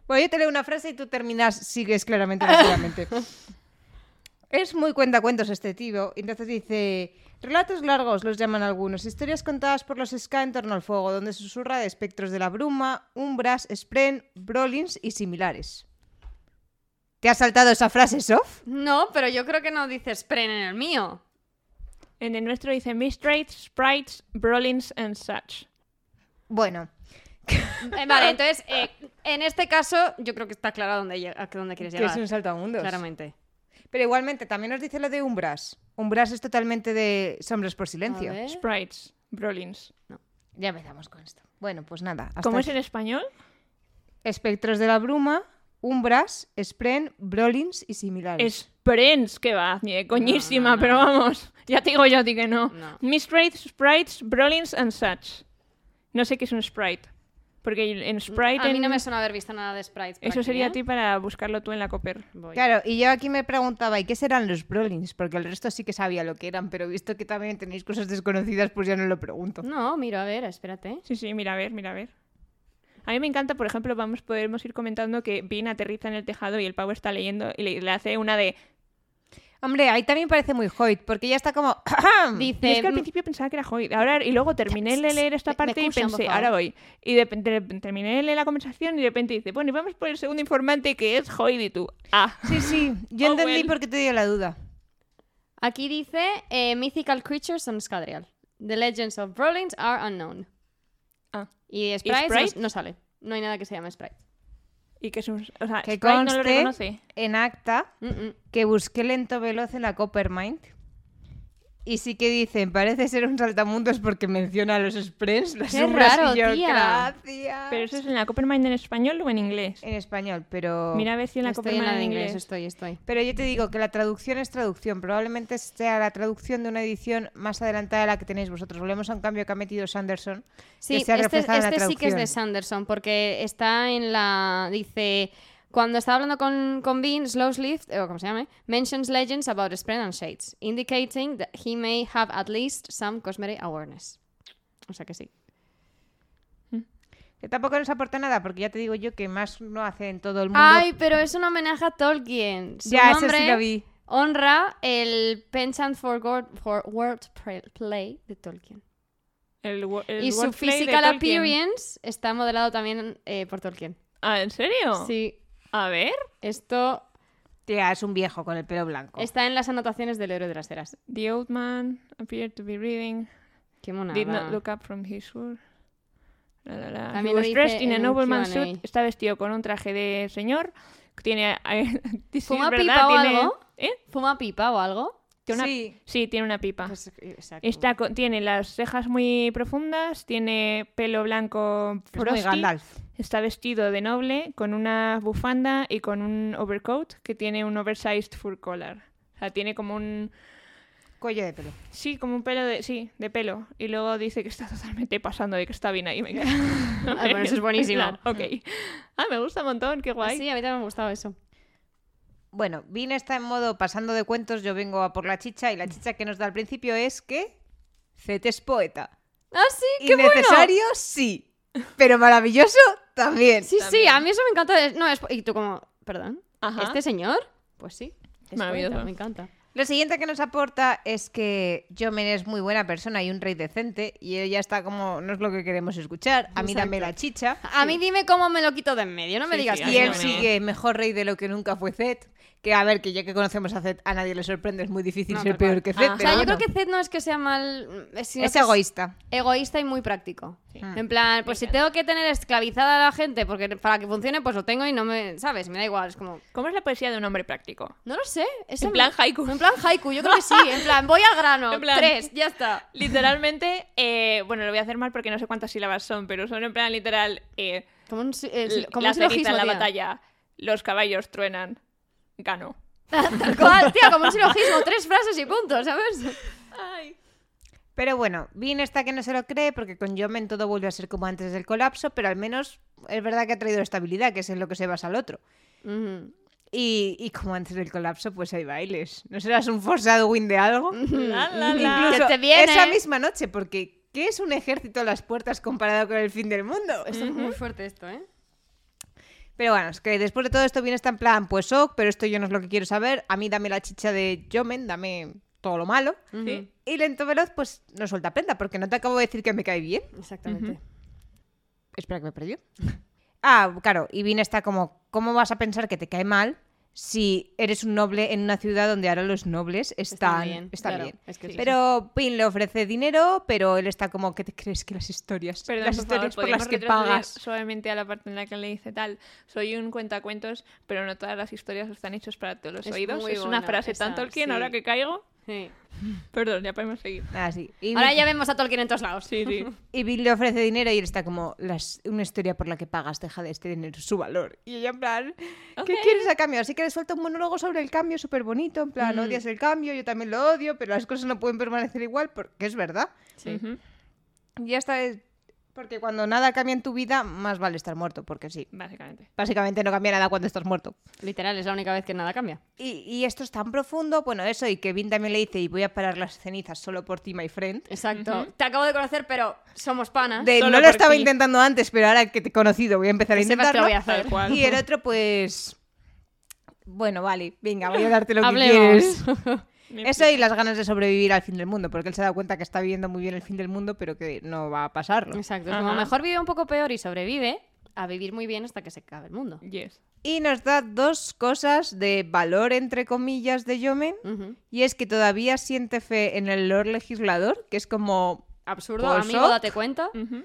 S1: Bueno, yo te leo una frase y tú terminas, sigues claramente, no claramente. Es muy cuentacuentos este tío. y Entonces dice: Relatos largos los llaman algunos, historias contadas por los Ska en torno al fuego, donde susurra de espectros de la bruma, umbras, spren, brolins y similares. ¿Te ha saltado esa frase, Sof?
S3: No, pero yo creo que no dice Spren en el mío.
S2: En el nuestro dice Mistrates, Sprites, Brolins and such.
S1: Bueno,
S3: Eh, vale, entonces, eh, en este caso, yo creo que está claro a dónde, lle- a dónde quieres
S1: que
S3: llegar.
S1: es un saltamundos.
S3: Claramente.
S1: Pero igualmente, también nos dice lo de Umbras. Umbras es totalmente de sombras por silencio.
S3: A ver.
S2: Sprites, Brolins.
S1: Ya empezamos con esto. Bueno, pues nada. hasta
S2: ¿Cómo es
S1: aquí.
S2: en español?
S1: Espectros de la bruma, Umbras, Spren, Brolins y similares.
S2: Sprens, que va, ni de coñísima,
S3: no, no.
S2: pero vamos. Ya te digo yo a ti que no.
S3: No.
S2: Mistrates, Sprites, Brolins and such. No sé qué es un Sprite. Porque en Sprite.
S3: A mí
S2: en-
S3: no me suena haber visto nada de Sprites. por
S2: Eso
S3: aquí,
S2: sería
S3: ¿eh?
S2: a ti para buscarlo tú en la Copper.
S3: Voy.
S1: Claro, y yo aquí me preguntaba, ¿y qué serán los Brolins? Porque el resto sí que sabía lo que eran, pero visto que también tenéis cosas desconocidas, pues ya no lo
S2: Mm.
S1: pregunto.
S3: No, miro, a ver, espérate.
S2: Sí, sí, mira, a ver, mira, a ver. A mí me encanta, por ejemplo, vamos, podemos ir comentando que Bean aterriza en el tejado y el pavo está leyendo y le, le hace una de...
S1: Hombre, ahí también parece muy Hoyt, porque ya está como...
S2: Y
S3: Dice.
S2: es que al principio pensaba que era Hoyt, ahora, y luego terminé de leer esta
S3: Me- me
S2: parte y
S3: excusan, por
S2: pensé,
S3: favor.
S2: ahora voy. Y de, de- terminé de leer la conversación y de repente dice, bueno, y vamos por el segundo informante que es Hoyt y tú. Ah,
S1: Sí, sí, yo
S2: Oh,
S1: entendí
S2: well.
S1: por qué te dio la duda.
S3: Aquí dice eh, Mythical creatures on Scadrial. The legends of Brolins are unknown.
S2: Ah.
S3: Y Sprites, no-
S2: Sprites?
S3: No, sale. No hay nada que se llame Sprite.
S2: y que es un... O sea,
S1: Que
S2: Ah, Sprite no lo
S1: conste-
S2: reconoce.
S1: En acta
S3: Mm, mm.
S1: que busqué lento veloz en la Coppermind. Y sí que dicen, parece ser un saltamundos porque menciona a los sprints, las
S3: Qué
S1: sombras
S3: raro,
S1: y yo,
S3: tía.
S1: gracias.
S2: Pero eso es en la Coppermind en español o en
S3: Eh,
S2: inglés.
S1: En español, pero...
S2: Mira a ver si en la
S3: Estoy en la
S2: Coppermind
S3: de
S2: en
S3: inglés,
S2: inglés.
S3: estoy, estoy.
S1: Pero yo te digo que la traducción es traducción. Probablemente sea la traducción de una edición más adelantada de la que tenéis vosotros. Volvemos a un cambio que ha metido Sanderson.
S3: Sí,
S1: que se ha
S3: este,
S1: reflejado en la
S3: este sí que es de
S1: traducción.
S3: Sanderson, porque está en la. Dice. Cuando estaba hablando con, con Bean, Slowslift, o como se llame, mentions legends about spread and shades, indicating that he may have at least some cosmetic awareness. O sea que sí.
S1: Que tampoco nos aporta nada, porque ya te digo yo que más no hace en todo el mundo.
S3: Ay, pero es un homenaje a Tolkien. Su
S1: ya, eso
S3: nombre
S1: sí lo vi.
S3: honra el Penchant for, Gor- for Word pre- Play de Tolkien.
S2: El wo- el
S3: y su
S2: wordplay de
S3: physical
S2: Tolkien.
S3: appearance está modelado también eh, por Tolkien.
S2: Ah, ¿en serio?
S3: Sí,
S2: A ver.
S3: esto
S1: Tía, es un viejo con el pelo blanco.
S3: está en las anotaciones del héroe de las eras.
S2: The old man appeared to be reading.
S3: Qué monada.
S2: Did not look up from his sword. La, la, la.
S3: También
S2: He
S3: lo
S2: was
S3: dice
S2: dressed in a
S3: en un
S2: nobleman's
S3: Q&A.
S2: suit. Está vestido con un traje de señor. Tiene. sí, es
S3: ¿Fuma
S2: verdad,
S3: pipa o
S2: tiene-
S3: algo?
S2: ¿Eh?
S3: ¿Fuma pipa o algo?
S2: Tiene una-
S1: Sí.
S2: sí, tiene una pipa.
S3: Pues, exacto.
S2: Ah, Está con- tiene las cejas muy profundas, tiene pelo blanco
S1: Es muy
S2: frosty,
S1: Gandalf.
S2: está vestido de noble con una bufanda y con un overcoat que tiene un oversized fur collar. O sea, tiene como un,
S1: Cuello de pelo.
S2: Sí, como un pelo de. Sí, de pelo. Y luego dice que está totalmente pasando de que está bien ahí. Me queda.
S3: Ah, bueno, eso es buenísimo.
S2: En plan, ok. Ah, me gusta un montón, qué guay.
S3: Sí, a mí también me ha gustado eso.
S1: Bueno, Vin está en modo pasando de cuentos, yo vengo a por la chicha y la chicha que nos da al principio es que Zet es poeta.
S3: ¡Ah, sí! ¡Qué bueno!
S1: Innecesario, sí, pero maravilloso también.
S3: Sí, sí,
S2: También.
S3: a mí eso me encanta. de- No, es... Y tú como... ¿Perdón?
S2: Ajá.
S3: ¿Este señor? Pues sí. es
S2: Maravilloso.
S3: poeta, Me encanta.
S1: Lo siguiente que nos aporta es que Jomen es muy buena persona y un rey decente y ella está como, no es lo que queremos escuchar, a mí
S3: Exacto.
S1: dame la chicha.
S3: A mí dime cómo me lo quito de en medio, no me
S2: Sí,
S3: digas
S2: sí,
S3: que
S1: Y
S2: ahí
S1: él
S3: no.
S2: bueno. sí.
S1: sigue mejor rey de lo que nunca fue Zet. Que a ver, que ya que conocemos a Zed, a nadie le sorprende, es muy difícil
S2: No,
S1: ser
S2: tal
S1: peor
S2: cual.
S1: que Zed.
S3: Ah. o
S1: pero
S3: sea, yo
S1: bueno.
S3: creo que Zed no es que sea mal. eh, sino
S1: es
S3: que
S1: egoísta.
S3: egoísta y muy práctico.
S1: Mm.
S3: En plan, pues si tengo que tener esclavizada a la gente porque para que funcione, pues lo tengo y no me. ¿Sabes? Me da igual. Es como.
S2: ¿Cómo es la poesía de un hombre práctico?
S3: No lo sé. Es
S2: En plan haiku.
S3: En plan haiku, yo creo que sí. En plan, voy al grano.
S2: En plan-
S3: Tres, ya está.
S2: Literalmente, eh, bueno, lo voy a hacer mal porque no sé cuántas sílabas son, pero son en plan literal, eh,
S3: Como un, si- eh, si- como
S2: la
S3: un
S2: cerita
S3: silogismo.
S2: en la
S3: tía.
S2: batalla, los caballos truenan, gano.
S3: Tal cual, tía, como un silogismo. Tres frases y punto, ¿sabes?
S1: Pero bueno, bien está que no se lo cree porque con Yomen todo vuelve a ser como antes del colapso, pero al menos es verdad que ha traído estabilidad, que es en lo que se basa el otro.
S3: Ujú.
S1: Y, y como antes del colapso, pues hay bailes. ¿No serás un forzado win de algo?
S2: La, la, la.
S1: Incluso
S3: Que te viene.
S1: esa misma noche, porque ¿qué es un ejército a las puertas comparado con el fin del mundo?
S3: Esto es muy fuerte esto, ¿eh?
S1: Pero bueno, es que después de todo esto viene esta en plan, pues ok, pero esto yo no es lo que quiero saber. A mí dame la chicha de Yomen, dame todo lo malo.
S2: Sí.
S1: Y Lento Veloz, pues no suelta prenda, porque no te acabo de decir que me cae bien.
S3: Exactamente.
S1: Espera que me he perdido. Ah, claro, y Vin está como, ¿cómo vas a pensar que te cae mal si eres un noble en una ciudad donde ahora los nobles están, están bien?
S3: claro, es que sí.
S1: Pero Vin le ofrece dinero, pero él está como, ¿qué te crees que las historias?
S2: Perdón,
S1: las
S2: por favor,
S1: historias por, las
S2: ¿podríamos
S1: que
S2: retroceder
S1: pagas.
S2: Suavemente a la parte en la que le dice tal, soy un cuentacuentos, pero no todas las historias están hechas para todos los
S3: Es
S2: oídos.
S3: muy
S2: Es una
S3: buena
S2: frase
S3: esa,
S2: tan Tolkien,
S3: sí.
S2: ahora que caigo.
S3: Sí.
S2: Perdón, ya podemos seguir.
S1: Ah, sí. Y
S3: Ahora
S1: Vin-
S3: ya vemos a Tolkien en todos lados.
S2: Sí, sí.
S1: Y Bill le ofrece dinero y él está como, "Las- una historia por la que pagas deja de este dinero su valor. Y ella en plan, ¿qué
S2: Ok.
S1: quieres a cambio? Así que le suelta un monólogo sobre el cambio súper bonito, en
S2: Mm.
S1: plan, odias el cambio, yo también lo odio, pero las cosas no pueden permanecer igual porque es verdad.
S2: Ujú.
S1: Ya está, es- porque cuando nada cambia en tu vida, más vale estar muerto, porque sí.
S2: Básicamente.
S1: Básicamente no cambia nada cuando estás muerto.
S3: Literal, es la única vez que nada cambia.
S1: Y, y esto es tan profundo, bueno, eso, y que Vin también le dice, y voy a parar las cenizas solo por ti, my friend.
S3: Exacto. Te acabo de conocer, pero somos panas.
S1: De,
S2: Ah, Solo
S1: no lo
S2: por
S1: estaba
S2: ti".
S1: intentando antes, pero ahora que te he conocido voy a empezar a
S3: Que sepas que
S1: intentarlo.
S3: lo voy a hacer.
S2: Tal cual.
S1: Y el otro, pues. Bueno, vale, venga, voy a darte lo que
S3: Hablemos.
S1: quieres. Eso y las ganas de sobrevivir al fin del mundo, porque él se da cuenta que está viviendo muy bien el fin del mundo, pero que no va a pasarlo.
S3: Exacto. es Como
S2: Ajá.
S3: mejor vive un poco peor y sobrevive a vivir muy bien hasta que se acabe el mundo.
S2: Yes.
S1: Y nos da dos cosas de valor, entre comillas, de Yomen.
S3: Ujú.
S1: Y es que todavía siente fe en el Lord Legislador, que es como.
S3: Absurdo,
S1: Pues
S3: amigo,
S1: ok.
S3: date cuenta.
S2: Ujú.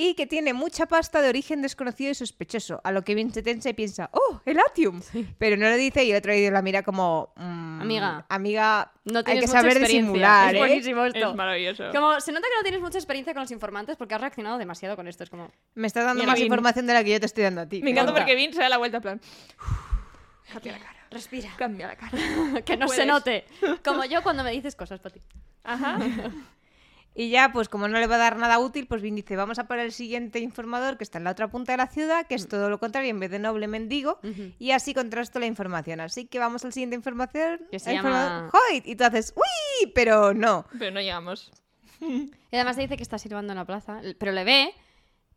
S1: Y que tiene mucha pasta de origen desconocido y sospechoso. A lo que bien se tensa y piensa, ¡oh, el Atium! Pero no lo dice y el otro día la mira como. mm,
S3: Amiga.
S1: Amiga,
S3: No
S1: hay
S3: tienes
S1: que
S3: mucha
S1: saber
S3: experiencia.
S1: disimular.
S3: Es
S1: ¿eh?
S3: buenísimo esto.
S2: Es maravilloso.
S3: Como se nota que no tienes mucha experiencia con los informantes porque has reaccionado demasiado con esto. Es como.
S1: Me está dando
S2: Mira,
S1: más
S2: Vin.
S1: información de la que yo te estoy dando a ti.
S2: Me encanta
S1: Venga.
S2: porque Vin se da la vuelta en plan. Cambia la cara.
S3: Respira.
S2: Cambia la cara.
S3: que no se
S2: puedes.
S3: note. Como yo cuando me dices cosas, Pati.
S2: Ajá.
S1: Y ya, pues como no le va a dar nada útil, pues Vin dice, vamos a por el siguiente informador que está en la otra punta de la ciudad, que es todo lo contrario, en vez de noble mendigo,
S3: Ujú.
S1: y así contrasto la información. Así que vamos al siguiente información.
S3: Que se
S1: al
S3: llama-
S1: informador Hoyt, y tú haces, uy, pero no.
S2: Pero no llegamos.
S3: Y además le dice que está silbando en la plaza, l- pero le ve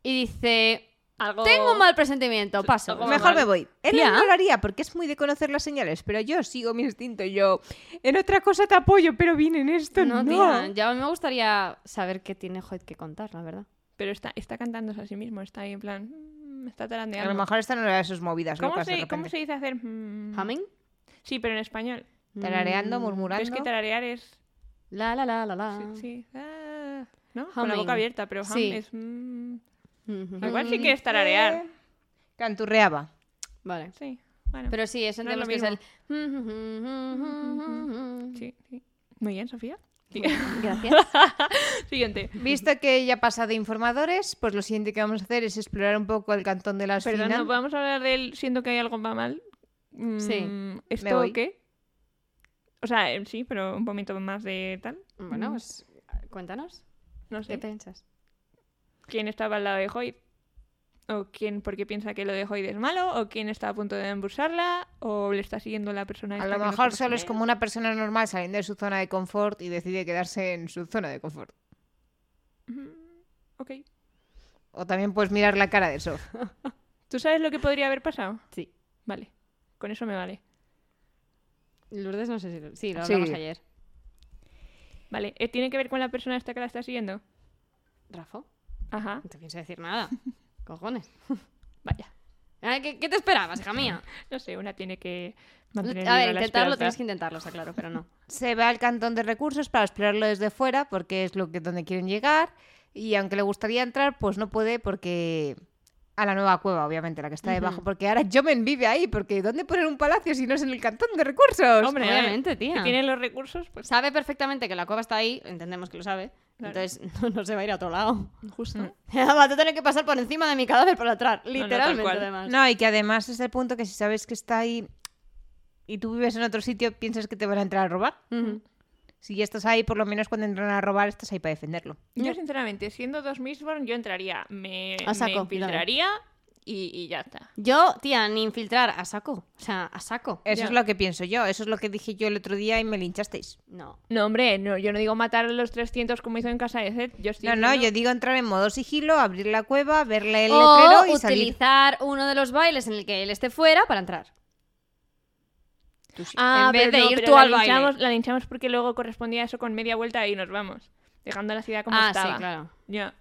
S3: y dice:
S2: Algo.
S3: Tengo un mal presentimiento, paso.
S2: Oh. Algo
S1: Mejor
S2: mal.
S1: me voy. Él
S3: Ya.
S1: no lo haría porque es muy de conocer las señales, pero yo sigo mi instinto. Yo en otra cosa te apoyo, pero bien en esto no.
S3: No, tía, ya me gustaría saber qué tiene Hoyt que contar, la verdad.
S2: Pero está, está cantándose a sí mismo. Está ahí en plan. "Mm, Me está
S1: A lo
S2: tarandeando.
S1: mejor esta no era de sus movidas
S2: ¿Cómo
S1: locas de
S2: se, ¿Cómo
S1: repente.
S2: se dice hacer? mm?
S3: ¿Humming?
S2: Sí, pero en español.
S1: Tarareando,
S3: Mm.
S1: murmurando.
S2: Pero es que tararear es.
S3: La la la la la.
S2: Sí. sí. Ah, ¿No? Con la
S3: Humming.
S2: boca abierta, pero hum
S3: Sí.
S2: es. mm.
S3: Ujú.
S2: Igual
S1: Mm.
S2: sí que es
S1: Eh.
S2: tararear.
S1: Canturreaba.
S3: Vale.
S2: Sí. Bueno.
S3: Pero sí, eso
S2: No es lo
S3: entendemos que es el. "Mm,
S2: Sí, sí. Muy bien, Sofía. Sí.
S3: Gracias.
S2: Siguiente.
S1: Visto que ya pasa de informadores, pues lo siguiente que vamos a hacer es explorar un poco el cantón de las
S2: Perdón,
S1: Finan.
S2: no podemos hablar de él siendo que hay algo va mal. Mm,
S3: Sí.
S1: Me
S2: ¿Esto
S1: voy.
S2: qué? O sea, eh, sí, pero un poquito más de tal.
S3: Bueno,
S2: Mm.
S3: pues cuéntanos.
S2: No sé.
S3: ¿Qué piensas?
S2: ¿Quién estaba al lado de Hoyt? ¿O quién porque piensa que lo de Hoyt es malo? ¿O quién está a punto de embusarla? ¿O le está siguiendo la persona
S1: A
S2: esta
S1: lo
S2: que no
S1: mejor
S2: sé
S1: solo
S2: quién
S1: es como una persona normal saliendo de su zona de confort y decide quedarse en su zona de confort.
S2: Ujú, Ok.
S1: O también puedes mirar la cara de Sof.
S2: ¿Tú sabes lo que podría haber pasado?
S3: Sí.
S2: Vale. Con eso me vale.
S3: Lourdes, no sé si. lo- Sí, lo
S1: Sí.
S3: hablamos ayer.
S2: Vale. eh, ¿Tiene que ver con la persona esta que la está siguiendo?
S3: Rafa,
S2: Ajá.
S3: no te pienso decir nada. Cojones.
S2: Vaya.
S3: Ay, ¿Qué, qué te esperabas, hija mía?
S2: No sé, una tiene que Mantener
S3: A ver,
S2: viva la
S3: intentarlo,
S2: esperanza.
S3: tienes que intentarlo, está claro, pero no.
S1: se va al cantón de recursos para explorarlo desde fuera porque es lo que donde quieren llegar y aunque le gustaría entrar pues no puede porque a la nueva cueva obviamente la que está debajo
S3: Ujú.
S1: porque ahora Jomen vive ahí porque dónde poner un palacio si no es en el cantón de recursos
S2: Hombre,
S3: Obviamente,
S2: si
S3: tía.
S2: tiene los recursos, pues
S3: Sabe perfectamente que la cueva está ahí, entendemos que lo sabe,
S2: Claro.
S3: entonces no, no se va a ir a otro lado.
S2: justo.
S3: Va a tener que pasar por encima de mi cadáver para entrar,
S2: no, tal
S3: literalmente,
S2: cual.
S3: además.
S1: no y que además es el punto que si sabes que está ahí y tú vives en otro sitio piensas que te van a entrar a robar
S3: Ujú.
S1: si ya estás ahí por lo menos cuando entran a robar estás ahí para defenderlo
S2: Yo, sinceramente, siendo dos Mistborn, yo entraría, me,
S3: A saco,
S2: me
S3: yo
S2: infiltraría y, y ya está.
S3: Yo, tía, ni infiltrar, a saco. O sea, a saco.
S1: eso
S2: Ya.
S1: es lo que pienso yo eso es lo que dije yo el otro día y me linchasteis
S3: No.
S2: No, hombre, no, yo no digo matar a los 300 como hizo en casa de Zed. Yo estoy
S1: No, no,
S2: diciendo-
S1: yo digo entrar en modo sigilo, abrir la cueva, verle el
S3: o
S1: letrero y salir.
S3: utilizar uno de los bailes en el que él esté fuera para entrar.
S1: Tú sí.
S2: en
S3: Ah,
S2: vez
S3: pero
S2: de
S3: no,
S2: ir
S3: pero
S2: tú
S3: la
S2: al baile.
S3: linchamos-
S2: La linchamos porque luego correspondía eso con media vuelta y nos vamos. Dejando la ciudad como
S3: ah,
S2: estaba.
S3: sí, claro.
S2: Ya.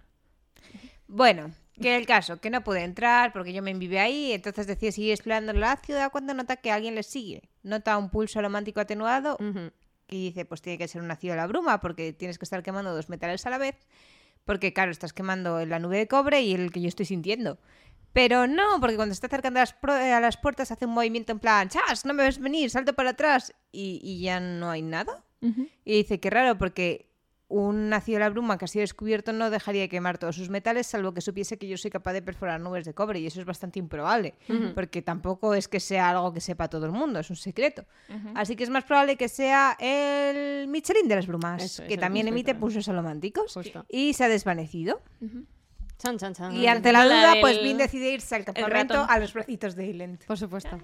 S1: Bueno, que el caso, que no puede entrar porque yo me envive ahí, entonces decide seguir explorando la ciudad cuando nota que alguien le sigue. Nota un pulso romántico atenuado
S3: Ujú.
S1: y dice, pues tiene que ser una ciudad a la bruma porque tienes que estar quemando dos metales a la vez. Porque claro, estás quemando la nube de cobre y el que yo estoy sintiendo. Pero no, porque cuando se está acercando a las, pro- a las puertas hace un movimiento en plan, ¡Chas! No me ves venir, salto para atrás y- y ya no hay nada. Y dice que raro porque un nacido de la bruma que ha sido descubierto no dejaría de quemar todos sus metales salvo que supiese que yo soy capaz de perforar nubes de cobre y eso es bastante improbable
S3: Ujú.
S1: porque tampoco es que sea algo que sepa todo el mundo, es un secreto. Así que es más probable que sea el Michelin de las brumas
S3: Eso,
S1: que
S3: eso,
S1: también
S3: justo,
S1: emite
S3: claro.
S1: pulsos alománticos
S3: Justo.
S1: y se ha desvanecido.
S3: Chan, chan, chan.
S1: Y ante la
S2: La
S1: duda, pues
S2: Ah, del-
S1: Vin decide irse al campamento
S2: ratón.
S1: a los bracitos de Ilent.
S3: Por supuesto.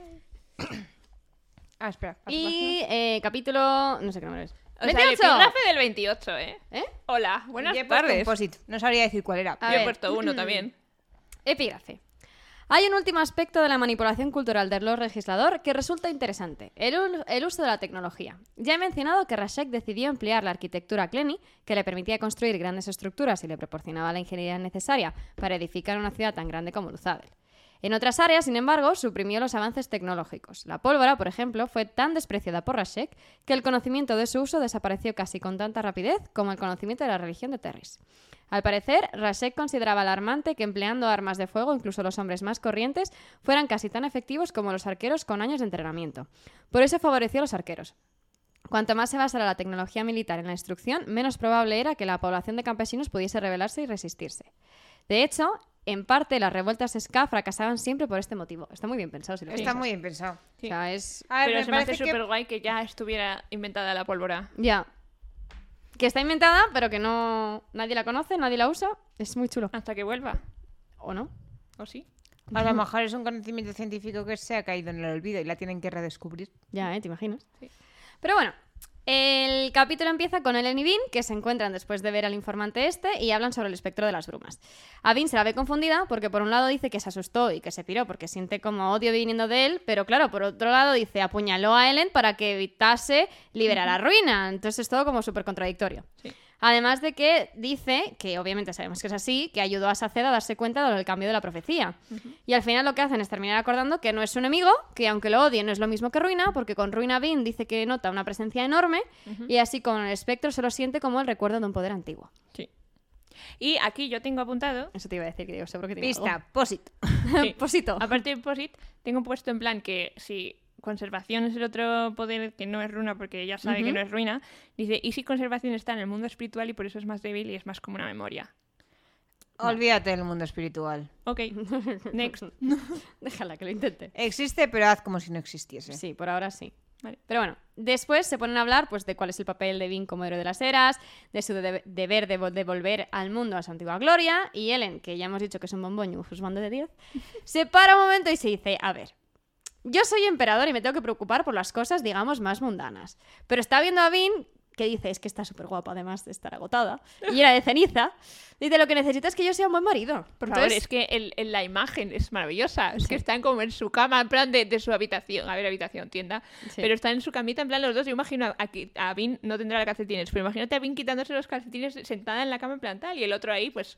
S1: Ah, espera.
S3: Y eh, capítulo... No sé qué número es.
S2: O sea, el
S3: ¡28!
S2: epígrafe del 28, ¿eh?
S3: ¿Eh?
S2: Hola, buenas
S1: Ya he puesto un
S2: tardes. Yo
S1: post-it, pues, No sabría decir cuál era.
S3: A
S2: he
S3: ver. Mm.
S2: puesto uno también.
S3: Epígrafe. Hay un último aspecto de la manipulación cultural del Lord Legislador que resulta interesante, el, ul- el uso de la tecnología. Ya he mencionado que Rashek decidió emplear la arquitectura Clenny, que le permitía construir grandes estructuras y le proporcionaba la ingeniería necesaria para edificar una ciudad tan grande como Luzadel. En otras áreas, sin embargo, suprimió los avances tecnológicos. La pólvora, por ejemplo, fue tan despreciada por Rashek que el conocimiento de su uso desapareció casi con tanta rapidez como el conocimiento de la religión de Terris. Al parecer, Rashek consideraba alarmante que empleando armas de fuego, incluso los hombres más corrientes, fueran casi tan efectivos como los arqueros con años de entrenamiento. Por eso favoreció a los arqueros. Cuanto más se basara la tecnología militar en la instrucción, menos probable era que la población de campesinos pudiese rebelarse y resistirse. De hecho, en parte las revueltas SK fracasaban siempre por este motivo. Está muy bien pensado, si lo
S1: Está
S3: piensas.
S1: muy bien pensado.
S3: O sea, es...
S1: A ver,
S2: Pero
S1: me
S2: se me hace
S1: parece que-
S2: súper guay que ya estuviera inventada la pólvora.
S3: Ya. Que está inventada, pero que no... Nadie la conoce, nadie la usa. Es muy chulo.
S2: Hasta que vuelva.
S3: ¿O no?
S2: ¿O sí?
S1: A lo mejor es un conocimiento científico que se ha caído en el olvido y la tienen que redescubrir.
S3: Ya, ¿eh? ¿Te imaginas?
S2: Sí.
S3: Pero bueno, el capítulo empieza con Ellen y Vin, que se encuentran después de ver al informante este y hablan sobre el espectro de las brumas. A Vin se la ve confundida porque por un lado dice que se asustó y que se piró porque siente como odio viniendo de él, pero claro, por otro lado dice apuñaló a Ellen para que evitase liberar a Ruina. Entonces es todo como súper contradictorio.
S2: Sí.
S3: Además de que dice, que obviamente sabemos que es así, que ayudó a Saced a darse cuenta del cambio de la profecía. Y al final lo que hacen es terminar acordando que no es su enemigo, que aunque lo odie no es lo mismo que Ruina, porque con Ruina Vin dice que nota una presencia enorme y así con el espectro se lo siente como el recuerdo de un poder antiguo.
S2: Sí. Y aquí yo tengo apuntado
S3: Eso te iba a decir, que digo, seguro que tiene algo.
S1: Pista, POSIT.
S2: Sí.
S3: Posito.
S2: Aparte de POSIT, tengo puesto en plan que si conservación es el otro poder que no es runa porque ya sabe que
S3: Ujú.
S2: no es ruina, dice, y si conservación está en el mundo espiritual y por eso es más débil y es más como una memoria.
S1: Olvídate del mundo espiritual.
S2: Ok, next.
S3: Déjala que lo intente.
S1: Existe, pero haz como si no existiese.
S3: Sí, por ahora sí.
S2: Vale.
S3: Pero bueno, después se ponen a hablar pues, de cuál es el papel de Vin como héroe de las eras, de su de- deber de vo- devolver al mundo a su antigua gloria, y Ellen, que ya hemos dicho que es un bombón y un juzgando de 10, se para un momento y se dice, a ver, yo soy emperador y me tengo que preocupar por las cosas, digamos, más mundanas. Pero está viendo a Vin que dice, es que está súper guapa, además de estar agotada, y era de ceniza, dice, lo que necesita es que yo sea un buen marido.
S2: Por favor,
S3: Entonces,
S2: es que el- el- la imagen es maravillosa. Es
S3: Sí.
S2: que están como en su cama, en plan de, de su habitación. A ver, habitación, tienda.
S3: Sí.
S2: Pero están en su camita, en plan los dos. Yo imagino a, aquí- a Vin, no tendrá calcetines, pero imagínate a Vin quitándose los calcetines sentada en la cama, en plan tal. Y el otro ahí, pues,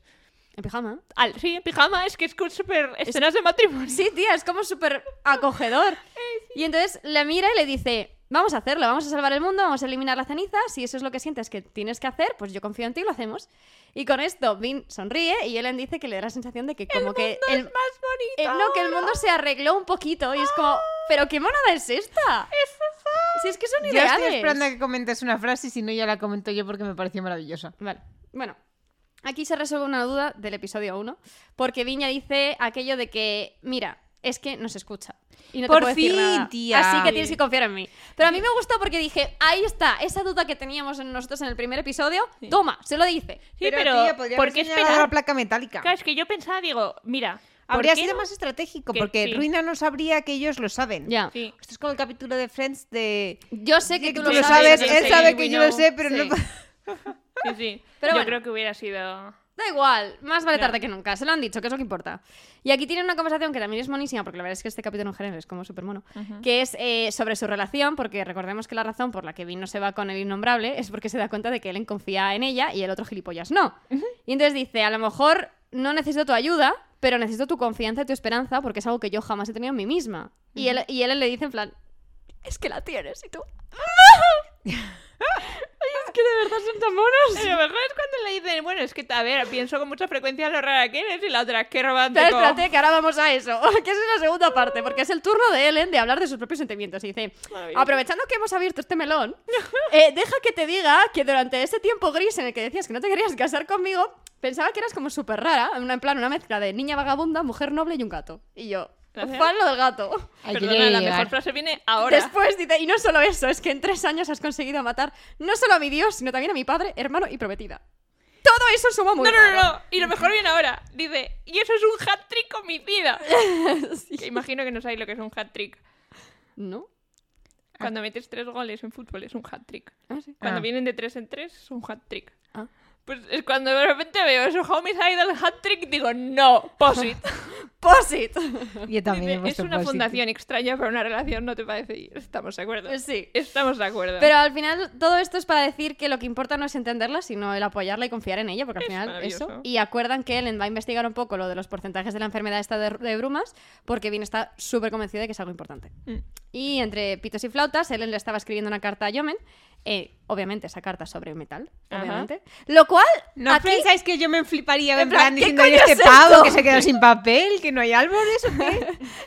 S3: En pijama.
S2: Al, sí, en pijama, es que es con súper escenas de matrimonio.
S3: Sí, tía, es como súper acogedor. Y entonces la mira y le dice, vamos a hacerlo, vamos a salvar el mundo, vamos a eliminar la ceniza, si eso es lo que sientes que tienes que hacer, pues yo confío en ti, lo hacemos. Y con esto Vin sonríe y Ellen dice que le da la sensación de que como que...
S2: No
S3: el-
S2: es más
S3: eh,
S2: bonito.
S3: no, que el mundo se arregló un poquito y es como, pero qué monada es esta. Si es que son
S1: Yo
S3: ideales.
S1: estoy esperando a que comentes una frase y si no ya la comento yo porque me pareció maravillosa.
S3: Vale. Bueno, aquí se resuelve una duda del episodio 1, porque Viña dice aquello de que, mira, es que nos escucha. Y no te
S1: Por
S3: puedo decir
S1: fin,
S3: nada.
S1: tía.
S3: Así que
S1: Sí.
S3: tienes que confiar en mí. Pero a mí me gustó porque dije, ahí está, esa duda que teníamos en nosotros en el primer episodio,
S2: Sí.
S3: toma, se lo dice.
S2: Sí, pero,
S1: tía, podría
S2: ¿por
S1: haber
S2: qué
S1: señalado
S2: esperar?
S1: la placa metálica.
S2: Claro, es que yo pensaba, digo, mira, ¿por
S1: Habría
S2: qué
S1: sido
S2: no?
S1: más estratégico
S2: Que
S1: porque
S2: sí.
S1: Ruina no sabría que ellos lo saben.
S3: Ya.
S2: Sí.
S1: Esto es como el capítulo de Friends de...
S3: Yo sé que
S1: Sí,
S3: tú,
S2: tú
S3: lo
S2: lo
S3: sabes,
S2: sabes,
S3: yo
S2: él
S3: sé
S2: sabe
S1: que
S3: we
S1: yo lo
S3: know.
S1: sé, pero no-
S2: Sí, sí.
S3: Pero
S2: Yo
S3: bueno.
S2: creo que hubiera sido.
S3: Da igual, más vale
S2: Ya.
S3: tarde que nunca. Se lo han dicho, que es lo que importa. Y aquí tienen una conversación que también es monísima, porque la verdad es que este capítulo en general es como súper mono, que es eh, sobre su relación, porque recordemos que la razón por la que Vin no se va con el innombrable es porque se da cuenta de que Ellen confía en ella y el otro gilipollas no. Y entonces dice, a lo mejor no necesito tu ayuda, pero necesito tu confianza y tu esperanza, porque es algo que yo jamás he tenido en mí misma. Y, él, y Ellen le dice en plan, es que la tienes, y tú... "No". Ay, es que de verdad son tan
S2: A
S3: monos.
S2: lo mejor es cuando le dicen, bueno, es que, a ver, pienso con mucha frecuencia lo rara que eres y la otra, qué romántico.
S3: Espera, espérate, que ahora vamos a eso. Que esa es la segunda parte, porque es el turno de Ellen de hablar de sus propios sentimientos. Y dice,
S2: Maravilloso.
S3: aprovechando que hemos abierto este melón, eh, deja que te diga que durante ese tiempo gris en el que decías que no te querías casar conmigo, pensaba que eras como súper rara, en una- en plan una mezcla de niña vagabunda, mujer noble y un gato. Y yo,
S2: Gracias.
S3: fan lo del gato.
S1: Ay, yo
S2: Perdona,
S1: llegué
S2: la
S1: a llegar.
S2: mejor frase viene ahora.
S3: Después dice, y no solo eso, es que en tres años has conseguido matar no solo a mi Dios, sino también a mi padre, hermano y prometida. Todo eso suma muy
S2: No, no, no,
S3: raro.
S2: no. Y lo mejor viene ahora. Dice, y eso es un hat-trick homicida. Que imagino que no sabéis lo que es un hat-trick.
S3: ¿No?
S2: Cuando metes tres goles en fútbol es un hat-trick.
S3: Ah, sí.
S2: Cuando
S1: Ah.
S2: vienen de tres en tres es un hat-trick.
S3: Ah.
S2: Pues es cuando de repente veo eso, homicidal hat-trick, digo, no, posit.
S3: Posit.
S1: Yo también. he
S2: Dice, es
S1: puesto
S2: una
S1: post-it.
S2: fundación extraña para una relación, ¿no te parece? Y estamos de acuerdo.
S3: Sí.
S2: Estamos de acuerdo.
S3: Pero al final todo esto es para decir que lo que importa no es entenderla, sino el apoyarla y confiar en ella, porque al
S2: Es
S3: final
S2: maravilloso.
S3: eso. Y acuerdan que Ellen va a investigar un poco lo de los porcentajes de la enfermedad esta de, de brumas, porque Vin está súper convencida de que es algo importante.
S2: Mm.
S3: Y entre pitos y flautas, Ellen le estaba escribiendo una carta a Yomen, eh, obviamente esa carta sobre metal,
S2: Ajá.
S3: obviamente. Lo cual,
S1: ¿No
S3: aquí,
S1: pensáis que yo me fliparía
S3: En
S1: en,
S3: plan,
S1: plan,
S3: ¿qué
S1: diciendo "Oye,
S3: coño
S1: este
S3: es esto?"
S1: pavo que se queda sin papel, que no hay árboles o qué?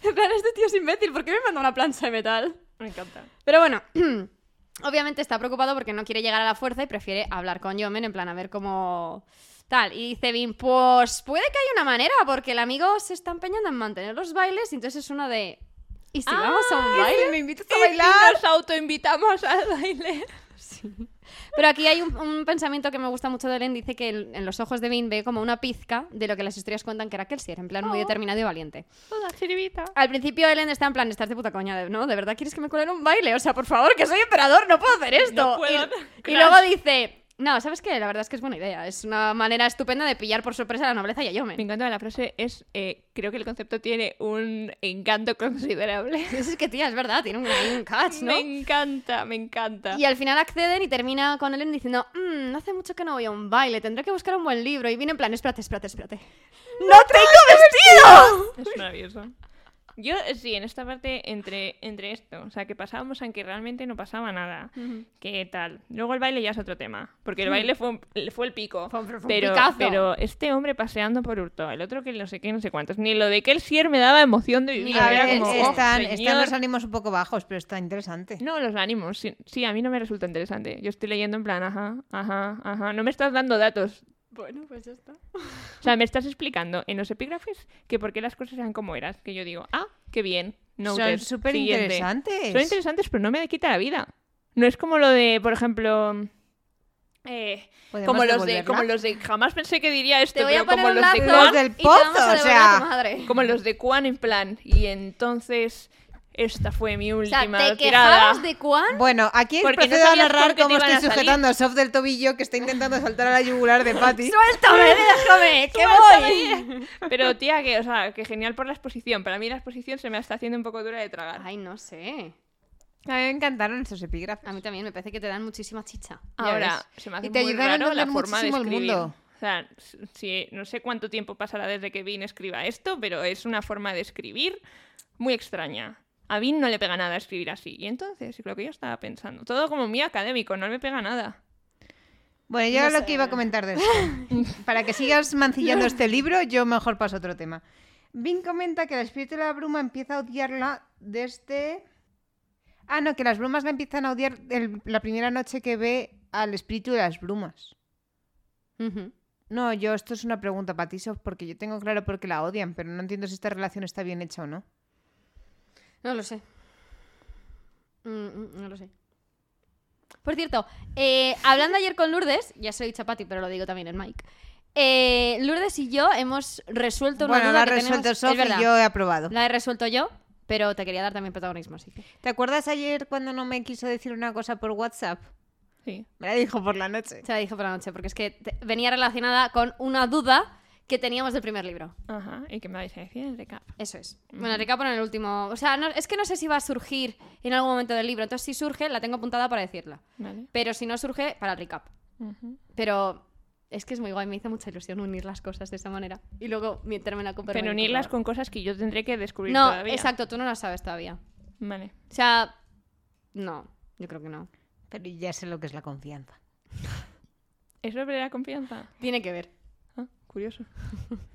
S3: en plan, este tío es imbécil, ¿por qué me manda una plancha de metal?
S2: Me encanta.
S3: Pero bueno, obviamente está preocupado porque no quiere llegar a la fuerza y prefiere hablar con Yomen en plan a ver cómo tal. Y dice Vin, pues puede que haya una manera porque el amigo se está empeñando en mantener los bailes y entonces es uno de... ¿Y si
S2: Ah,
S3: vamos a un baile?
S1: me invitas
S2: Y
S1: a bailar.
S2: Nos autoinvitamos al baile.
S3: Pero aquí hay un, un pensamiento que me gusta mucho de Ellen, dice que en, en los ojos de Vin ve como una pizca de lo que las historias cuentan que era Kelsey, era en plan muy
S2: Oh.
S3: determinado y valiente.
S2: Toda chiribita.
S3: Al principio Ellen está en plan, estás de puta coña, de- ¿no? ¿De verdad quieres que me cuele en un baile? O sea, por favor, que soy emperador, no puedo hacer esto.
S2: No puedo,
S3: y, y
S2: crash.
S3: luego dice, no, ¿sabes qué? La verdad es que es buena idea. Es una manera estupenda de pillar por sorpresa a la nobleza y a
S2: Me
S3: Yomen.
S2: encanta la frase, es eh, creo que el concepto tiene un encanto considerable.
S3: Es que, tía, es verdad, tiene un, hay un catch, ¿no?
S2: Me encanta, me encanta.
S3: Y al final acceden y termina con Ellen diciendo, mmm, hace mucho que no voy a un baile, tendré que buscar un buen libro. Y viene en plan, espérate, espérate, espérate. ¡No tengo vestido!
S2: Es maravilloso. Yo eh, sí, en esta parte entre, entre esto, o sea, que pasábamos aunque realmente no pasaba nada. ¿Qué tal? Luego el baile ya es otro tema, porque el baile fue, un- fue el pico.
S3: Fue un- fue un
S2: pero,
S3: picazo.
S2: pero este hombre paseando por Hurto, el otro que no sé qué, no sé cuántos, ni lo de que el Sier me daba emoción de vivir.
S3: Mira,
S1: A
S2: era
S1: ver,
S2: como, oh,
S1: están,
S2: señor.
S1: están los ánimos un poco bajos, pero está interesante.
S2: No, los ánimos. Sí, sí, a mí no me resulta interesante. Yo estoy leyendo en plan, ajá, ajá, ajá. No me estás dando datos.
S3: Bueno, pues ya está.
S2: O sea, me estás explicando en los epígrafes que por qué las cosas eran como eran. Que yo digo, ah, qué bien. No
S1: Son súper interesantes.
S2: Son interesantes, pero no me quita la vida. No es como lo de, por ejemplo... eh,
S1: Podemos
S2: como los de
S1: devolverla.
S2: como los de jamás pensé que diría esto
S3: Te voy a
S2: pero
S3: poner
S2: como
S3: un
S2: los de
S3: lazo
S1: Los
S2: Juan
S1: del
S3: y te vamos
S1: pozo,
S3: a
S1: o
S3: devolver
S1: sea,
S3: a tu madre.
S2: como los de Juan en plan y entonces esta fue mi
S3: O sea,
S2: última
S3: ¿te
S2: tirada
S3: quejabas de cuán?
S1: Bueno, aquí
S2: Porque no
S1: procedo a
S2: sabías por
S1: narrar
S2: qué te
S1: cómo
S2: iban
S1: estoy
S2: a salir.
S1: sujetando a Sof del tobillo que está intentando saltar a la yugular de Patty.
S3: ¡Suéltame, déjame! ¡Que voy!
S2: Pero tía, que, o sea, que genial por la exposición. Para mí la exposición se me está haciendo un poco dura de tragar.
S3: Ay, no sé.
S1: A mí me encantaron esos epígrafes.
S3: A mí también me parece que te dan muchísima chicha.
S1: ya
S3: Ah,
S2: Ahora, se me hace muy raro la forma de escribir. sea, s- si, no sé cuánto tiempo pasará desde que Vin escriba esto, pero es una forma de escribir muy extraña. A Vin no le pega nada escribir así. Y entonces, es lo que yo estaba pensando. Todo como muy académico, no le pega nada.
S1: Bueno, yo
S3: No
S1: lo
S3: sé.
S1: que iba a comentar de esto. Para que sigas mancillando este libro, yo mejor paso a otro tema. Vin comenta que el espíritu de la bruma empieza a odiarla desde. Ah, no, que las brumas la empiezan a odiar el- la primera noche que ve al espíritu de las brumas.
S3: Ujú.
S1: No, yo, esto es una pregunta para Tisov, porque yo tengo claro por qué la odian, pero no entiendo si esta relación está bien hecha o no.
S3: No lo sé. Mm, mm, no lo sé. Por cierto, eh, hablando ayer con Lourdes, ya soy chapati, pero lo digo también en Mike. eh, Lourdes y yo hemos resuelto una
S1: Bueno,
S3: duda
S1: la ha
S3: que
S1: resuelto
S3: tenemos.
S1: Sof
S3: Es verdad,
S1: y yo he aprobado.
S3: La he resuelto yo, pero te quería dar también protagonismo, así que.
S1: ¿Te acuerdas ayer cuando no me quiso decir una cosa por WhatsApp?
S2: Sí.
S1: Me la dijo por la noche.
S3: Se la dije por la noche, porque es que te- venía relacionada con una duda que teníamos del primer libro.
S2: Ajá. ¿Y qué me vais a decir en recap?
S3: Eso es. Bueno, recapo en el último. O sea, no- es que no sé si va a surgir en algún momento del libro. Entonces, si surge, la tengo apuntada para decirla.
S2: Vale.
S3: Pero si no surge, para el recap.
S2: Ujú.
S3: Pero es que es muy guay, me hizo mucha ilusión unir las cosas de esa manera. Y luego meterme en la
S2: Pero unirlas con cosas que yo tendré que descubrir
S3: No,
S2: todavía.
S3: exacto, tú no las sabes todavía.
S2: Vale.
S3: O sea, no, yo creo que no.
S1: Pero ya sé lo que es la confianza.
S2: ¿Es sobre la confianza?
S3: Tiene que ver.
S2: Ah, curioso.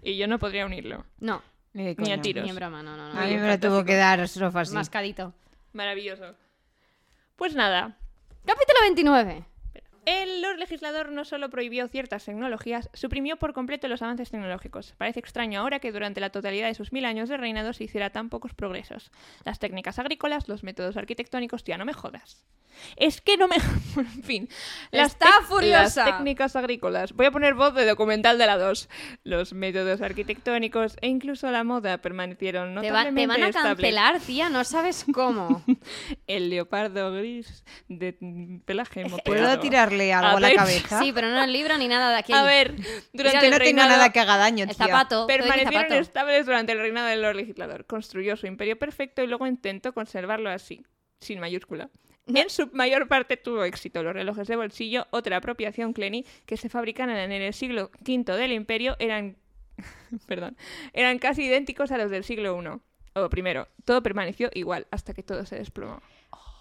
S2: y yo no podría unirlo.
S3: No,
S1: Ni,
S2: Ni a tiros.
S3: ni en broma, no, no, no.
S1: A mí
S2: Oye,
S1: me lo tuvo que dar Sofa así.
S3: Mascadito.
S2: Maravilloso. Pues nada,
S3: Capítulo 29.
S2: El Lord Legislador no solo prohibió ciertas tecnologías, suprimió por completo los avances tecnológicos. Parece extraño ahora que durante la totalidad de sus mil años de reinado se hiciera tan pocos progresos. Las técnicas agrícolas, los métodos arquitectónicos, ya no me jodas. Es que no me... en fin.
S3: Está
S2: tec-
S3: furiosa.
S2: Las técnicas agrícolas. Voy a poner voz de documental de la 2. Los métodos arquitectónicos e incluso la moda permanecieron
S3: Te, va-
S2: notablemente
S3: te van a
S2: estables.
S3: cancelar, tía, no sabes cómo.
S2: El leopardo gris de mm, pelaje
S1: ¿Puedo
S2: moteado.
S1: tirarle algo a la
S2: ver,
S1: cabeza?
S3: sí, pero no en el libro ni nada de aquí.
S2: A ver,
S1: Es
S2: durante
S1: que
S2: el
S1: no tengo
S2: reinado
S1: nada que haga daño,
S3: el
S1: tía.
S3: zapato. todo el
S2: permanecieron
S3: zapato.
S2: estables durante el reinado del Lord Legislador. Construyó su imperio perfecto y luego intentó conservarlo así, sin mayúscula. En su mayor parte tuvo éxito. Los relojes de bolsillo, otra apropiación Clenny, que se fabricaron en el siglo V del imperio, eran, perdón, eran casi idénticos a los del siglo I. O primero, todo permaneció igual hasta que todo se desplomó.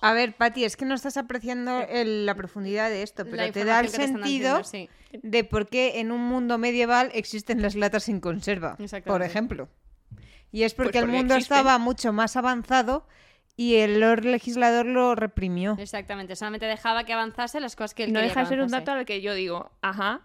S1: A ver, Pati, es que no estás apreciando el- la profundidad de esto,
S3: La
S1: pero te da el
S3: información que te están
S1: sentido
S3: diciendo, sí.
S1: de por qué en un mundo medieval existen las latas sin conserva, por
S3: Exactamente.
S1: ejemplo. Y es porque,
S2: Pues
S1: el
S2: porque
S1: mundo
S2: existen.
S1: estaba mucho más avanzado y el Lord Legislador lo reprimió.
S3: Exactamente, solamente dejaba que avanzase las cosas que él
S2: No
S3: quería
S2: deja de
S3: que
S2: ser un
S3: avanzase.
S2: dato al que yo digo, ajá,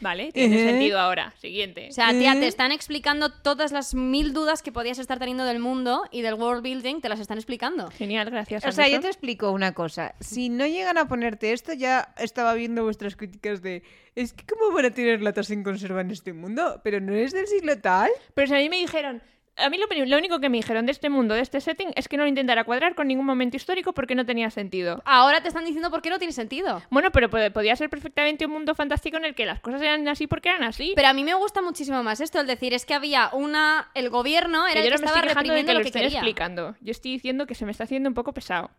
S2: vale, tiene
S1: Ejé.
S2: sentido ahora. Siguiente.
S3: O sea, tía,
S1: ¿Eh?
S3: te están explicando todas las mil dudas que podías estar teniendo del mundo y del world building, te las están explicando.
S2: Genial, gracias.
S1: O sea, yo
S2: Anderson.
S1: te explico una cosa. Si no llegan a ponerte esto, ya estaba viendo vuestras críticas de es que cómo van a tener latas sin conserva en este mundo, pero no es del siglo tal.
S2: Pero si a mí me dijeron, a mí lo, pri- lo único que me dijeron de este mundo, de este setting, es que no lo intentara cuadrar con ningún momento histórico porque no tenía sentido.
S3: Ahora te están diciendo por qué no tiene sentido.
S2: Bueno, pero po- podía ser perfectamente un mundo fantástico en el que las cosas eran así porque eran así.
S3: Pero a mí me gusta muchísimo más esto, el decir, es que había una... El gobierno
S2: Que
S3: era
S2: yo
S3: el que
S2: no me
S3: estaba
S2: estoy quejando de
S3: reprimiendo
S2: que lo,
S3: lo que
S2: estén
S3: quería.
S2: explicando. Yo estoy diciendo que se me está haciendo un poco pesado.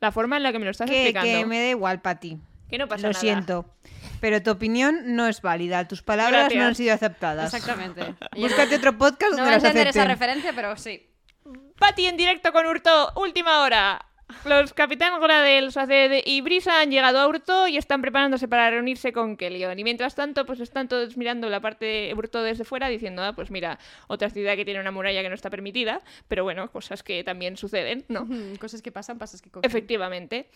S2: La forma en la que me lo estás
S1: Que,
S2: explicando.
S1: que me da igual para ti.
S2: Que no pasa
S1: Lo
S2: nada.
S1: siento. Pero tu opinión no es válida. Tus palabras no han
S2: Gracias.
S1: sido aceptadas.
S3: Exactamente. Y
S1: Búscate otro podcast
S3: No
S1: donde
S3: voy a
S1: las
S3: entender esa
S1: acepten.
S3: referencia, pero sí.
S2: Patty en directo con Hurto, última hora. Los Capitán Gradel, Saced y Brisa han llegado a Hurto y están preparándose para reunirse con Kelion. Y mientras tanto, pues están todos mirando la parte de Hurto desde fuera diciendo, ah, pues mira, otra ciudad que tiene una muralla que no está permitida, pero bueno, cosas que también suceden, ¿no?
S3: Mm, Cosas que pasan, pasas que cogen.
S2: Efectivamente.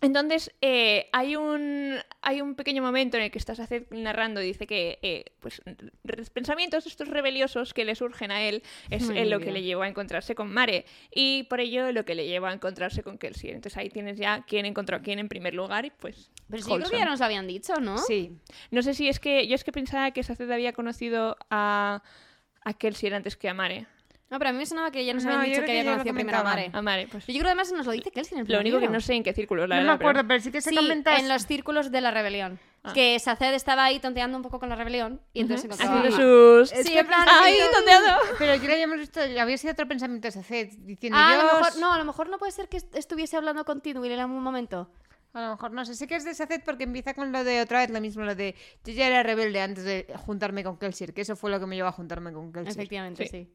S2: Entonces, eh, hay, un, hay un pequeño momento en el que estás hace- narrando y dice que eh, pues, r- pensamientos estos rebeliosos que le surgen a él es
S3: Madre
S2: eh, lo que
S3: mía.
S2: le llevó a encontrarse con Mare y por ello lo que le llevó a encontrarse con Kelsey. Entonces ahí tienes ya quién encontró a quién en primer lugar y pues...
S3: Pero sí, yo creo que
S2: Wholesome.
S3: ya nos lo habían dicho, ¿no?
S1: Sí.
S2: No sé si es que yo es que pensaba que Saced había conocido a, a Kelsey antes que a Mare.
S3: No, pero a mí me sonaba que ya nos
S1: No,
S3: habían
S1: yo
S3: dicho
S1: creo
S3: que
S1: que
S3: había
S1: ya lo
S3: conocido primero a Mare.
S1: comentaban.
S2: A Mare, pues...
S3: Pero yo creo que además nos lo dice Kelsey en el
S2: Lo único que
S3: libro.
S2: no sé en qué círculo, la
S1: No me
S2: verdad, pero-
S1: acuerdo, pero sí que se
S3: Sí,
S1: comenta
S3: en los círculos de la rebelión.
S2: Ah.
S3: Que Saced estaba ahí tonteando un poco con la rebelión y entonces se encontraba.
S2: Haciendo
S3: a-
S2: sus...
S3: Sí, en plan, "Ay, tonteado".
S1: Pero yo le habíamos visto, había sido otro pensamiento de Saced diciendo
S3: Ah,
S1: yo...
S3: a lo mejor, no, a lo mejor no puede ser que est- estuviese hablando con Tidwell en algún momento.
S1: A lo mejor no sé, sé que es de Saced porque empieza con lo de otra vez lo mismo, lo de yo ya era rebelde antes de juntarme con Kelsier, que eso fue lo que me llevó a juntarme con Kelsier.
S3: Efectivamente,
S2: Sí.
S3: sí.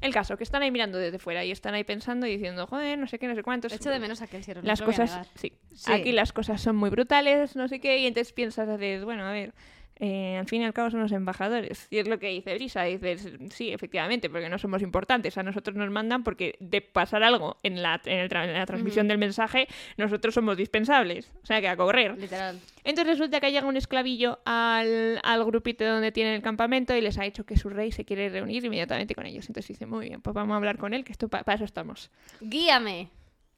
S2: El caso, que están ahí mirando desde fuera y están ahí pensando y diciendo, joder, no sé qué, no sé cuántos.
S3: Echo de menos a Kelsier,
S2: las cosas, sí.
S1: Sí.
S2: Aquí las cosas son muy brutales, no sé qué, y entonces piensas, haces, bueno, a ver, eh, al fin y al cabo son los embajadores. Y es lo que dice Brisa, y dices, sí, efectivamente, porque no somos importantes, a nosotros nos mandan porque de pasar algo en la, en el tra- en la transmisión
S3: Ujú.
S2: del mensaje, nosotros somos dispensables, o sea, que a correr.
S3: Literal.
S2: Entonces resulta que llega un esclavillo al, al grupito donde tienen el campamento y les ha dicho que su rey se quiere reunir inmediatamente con ellos. Entonces dice, muy bien, pues vamos a hablar con él, que esto pa- para eso estamos.
S3: Guíame.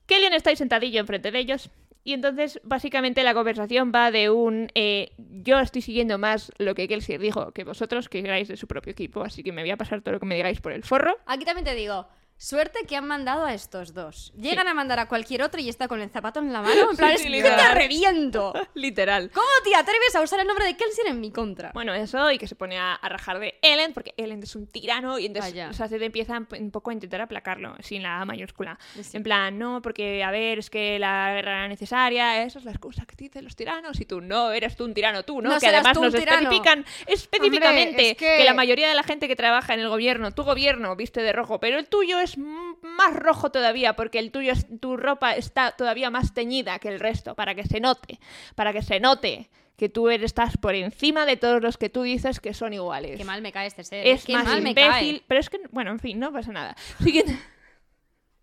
S2: Kellyanne está ahí sentadillo enfrente de ellos. Y entonces, básicamente, la conversación va de un eh, yo estoy siguiendo más lo que Kelsey dijo que vosotros, que erais de su propio equipo, así que me voy a pasar todo lo que me digáis por el forro.
S3: Aquí también te digo, suerte que han mandado a estos dos. Llegan a mandar a cualquier otro y está con el zapato en la mano. En plan,
S2: sí,
S3: es que te
S2: literal.
S3: reviento.
S2: Literal.
S3: ¿Cómo te atreves a usar el nombre de Kelsier en mi contra?
S2: Bueno, eso, y que se pone a, a rajar de Ellen, porque Ellen es un tirano, y entonces
S3: Vaya.
S2: Saced empieza un p- un poco a intentar aplacarlo, sin la A mayúscula.
S3: Sí.
S2: En plan, no, porque, a ver, es que la guerra era necesaria, esa es la excusa que dicen los tiranos, y tú, no, eres tú un tirano, tú, ¿no?
S3: No
S2: que
S3: serás
S2: además
S3: tú un
S2: nos
S3: tirano.
S2: especifican específicamente
S1: Hombre, es
S2: que...
S1: que-
S2: la mayoría de la gente que trabaja en el gobierno, tu gobierno, viste de rojo, pero el tuyo es m- más rojo todavía, porque el tuyo, es- tu ropa está todavía más teñida que el resto, para que se note, para que se note que tú eres- estás por encima de todos los que tú dices que son iguales.
S3: Qué mal me cae este ser.
S2: es
S3: Qué
S2: más
S3: mal me
S2: imbécil,
S3: cae.
S2: pero es que, bueno, en fin, no pasa nada. Siguiente.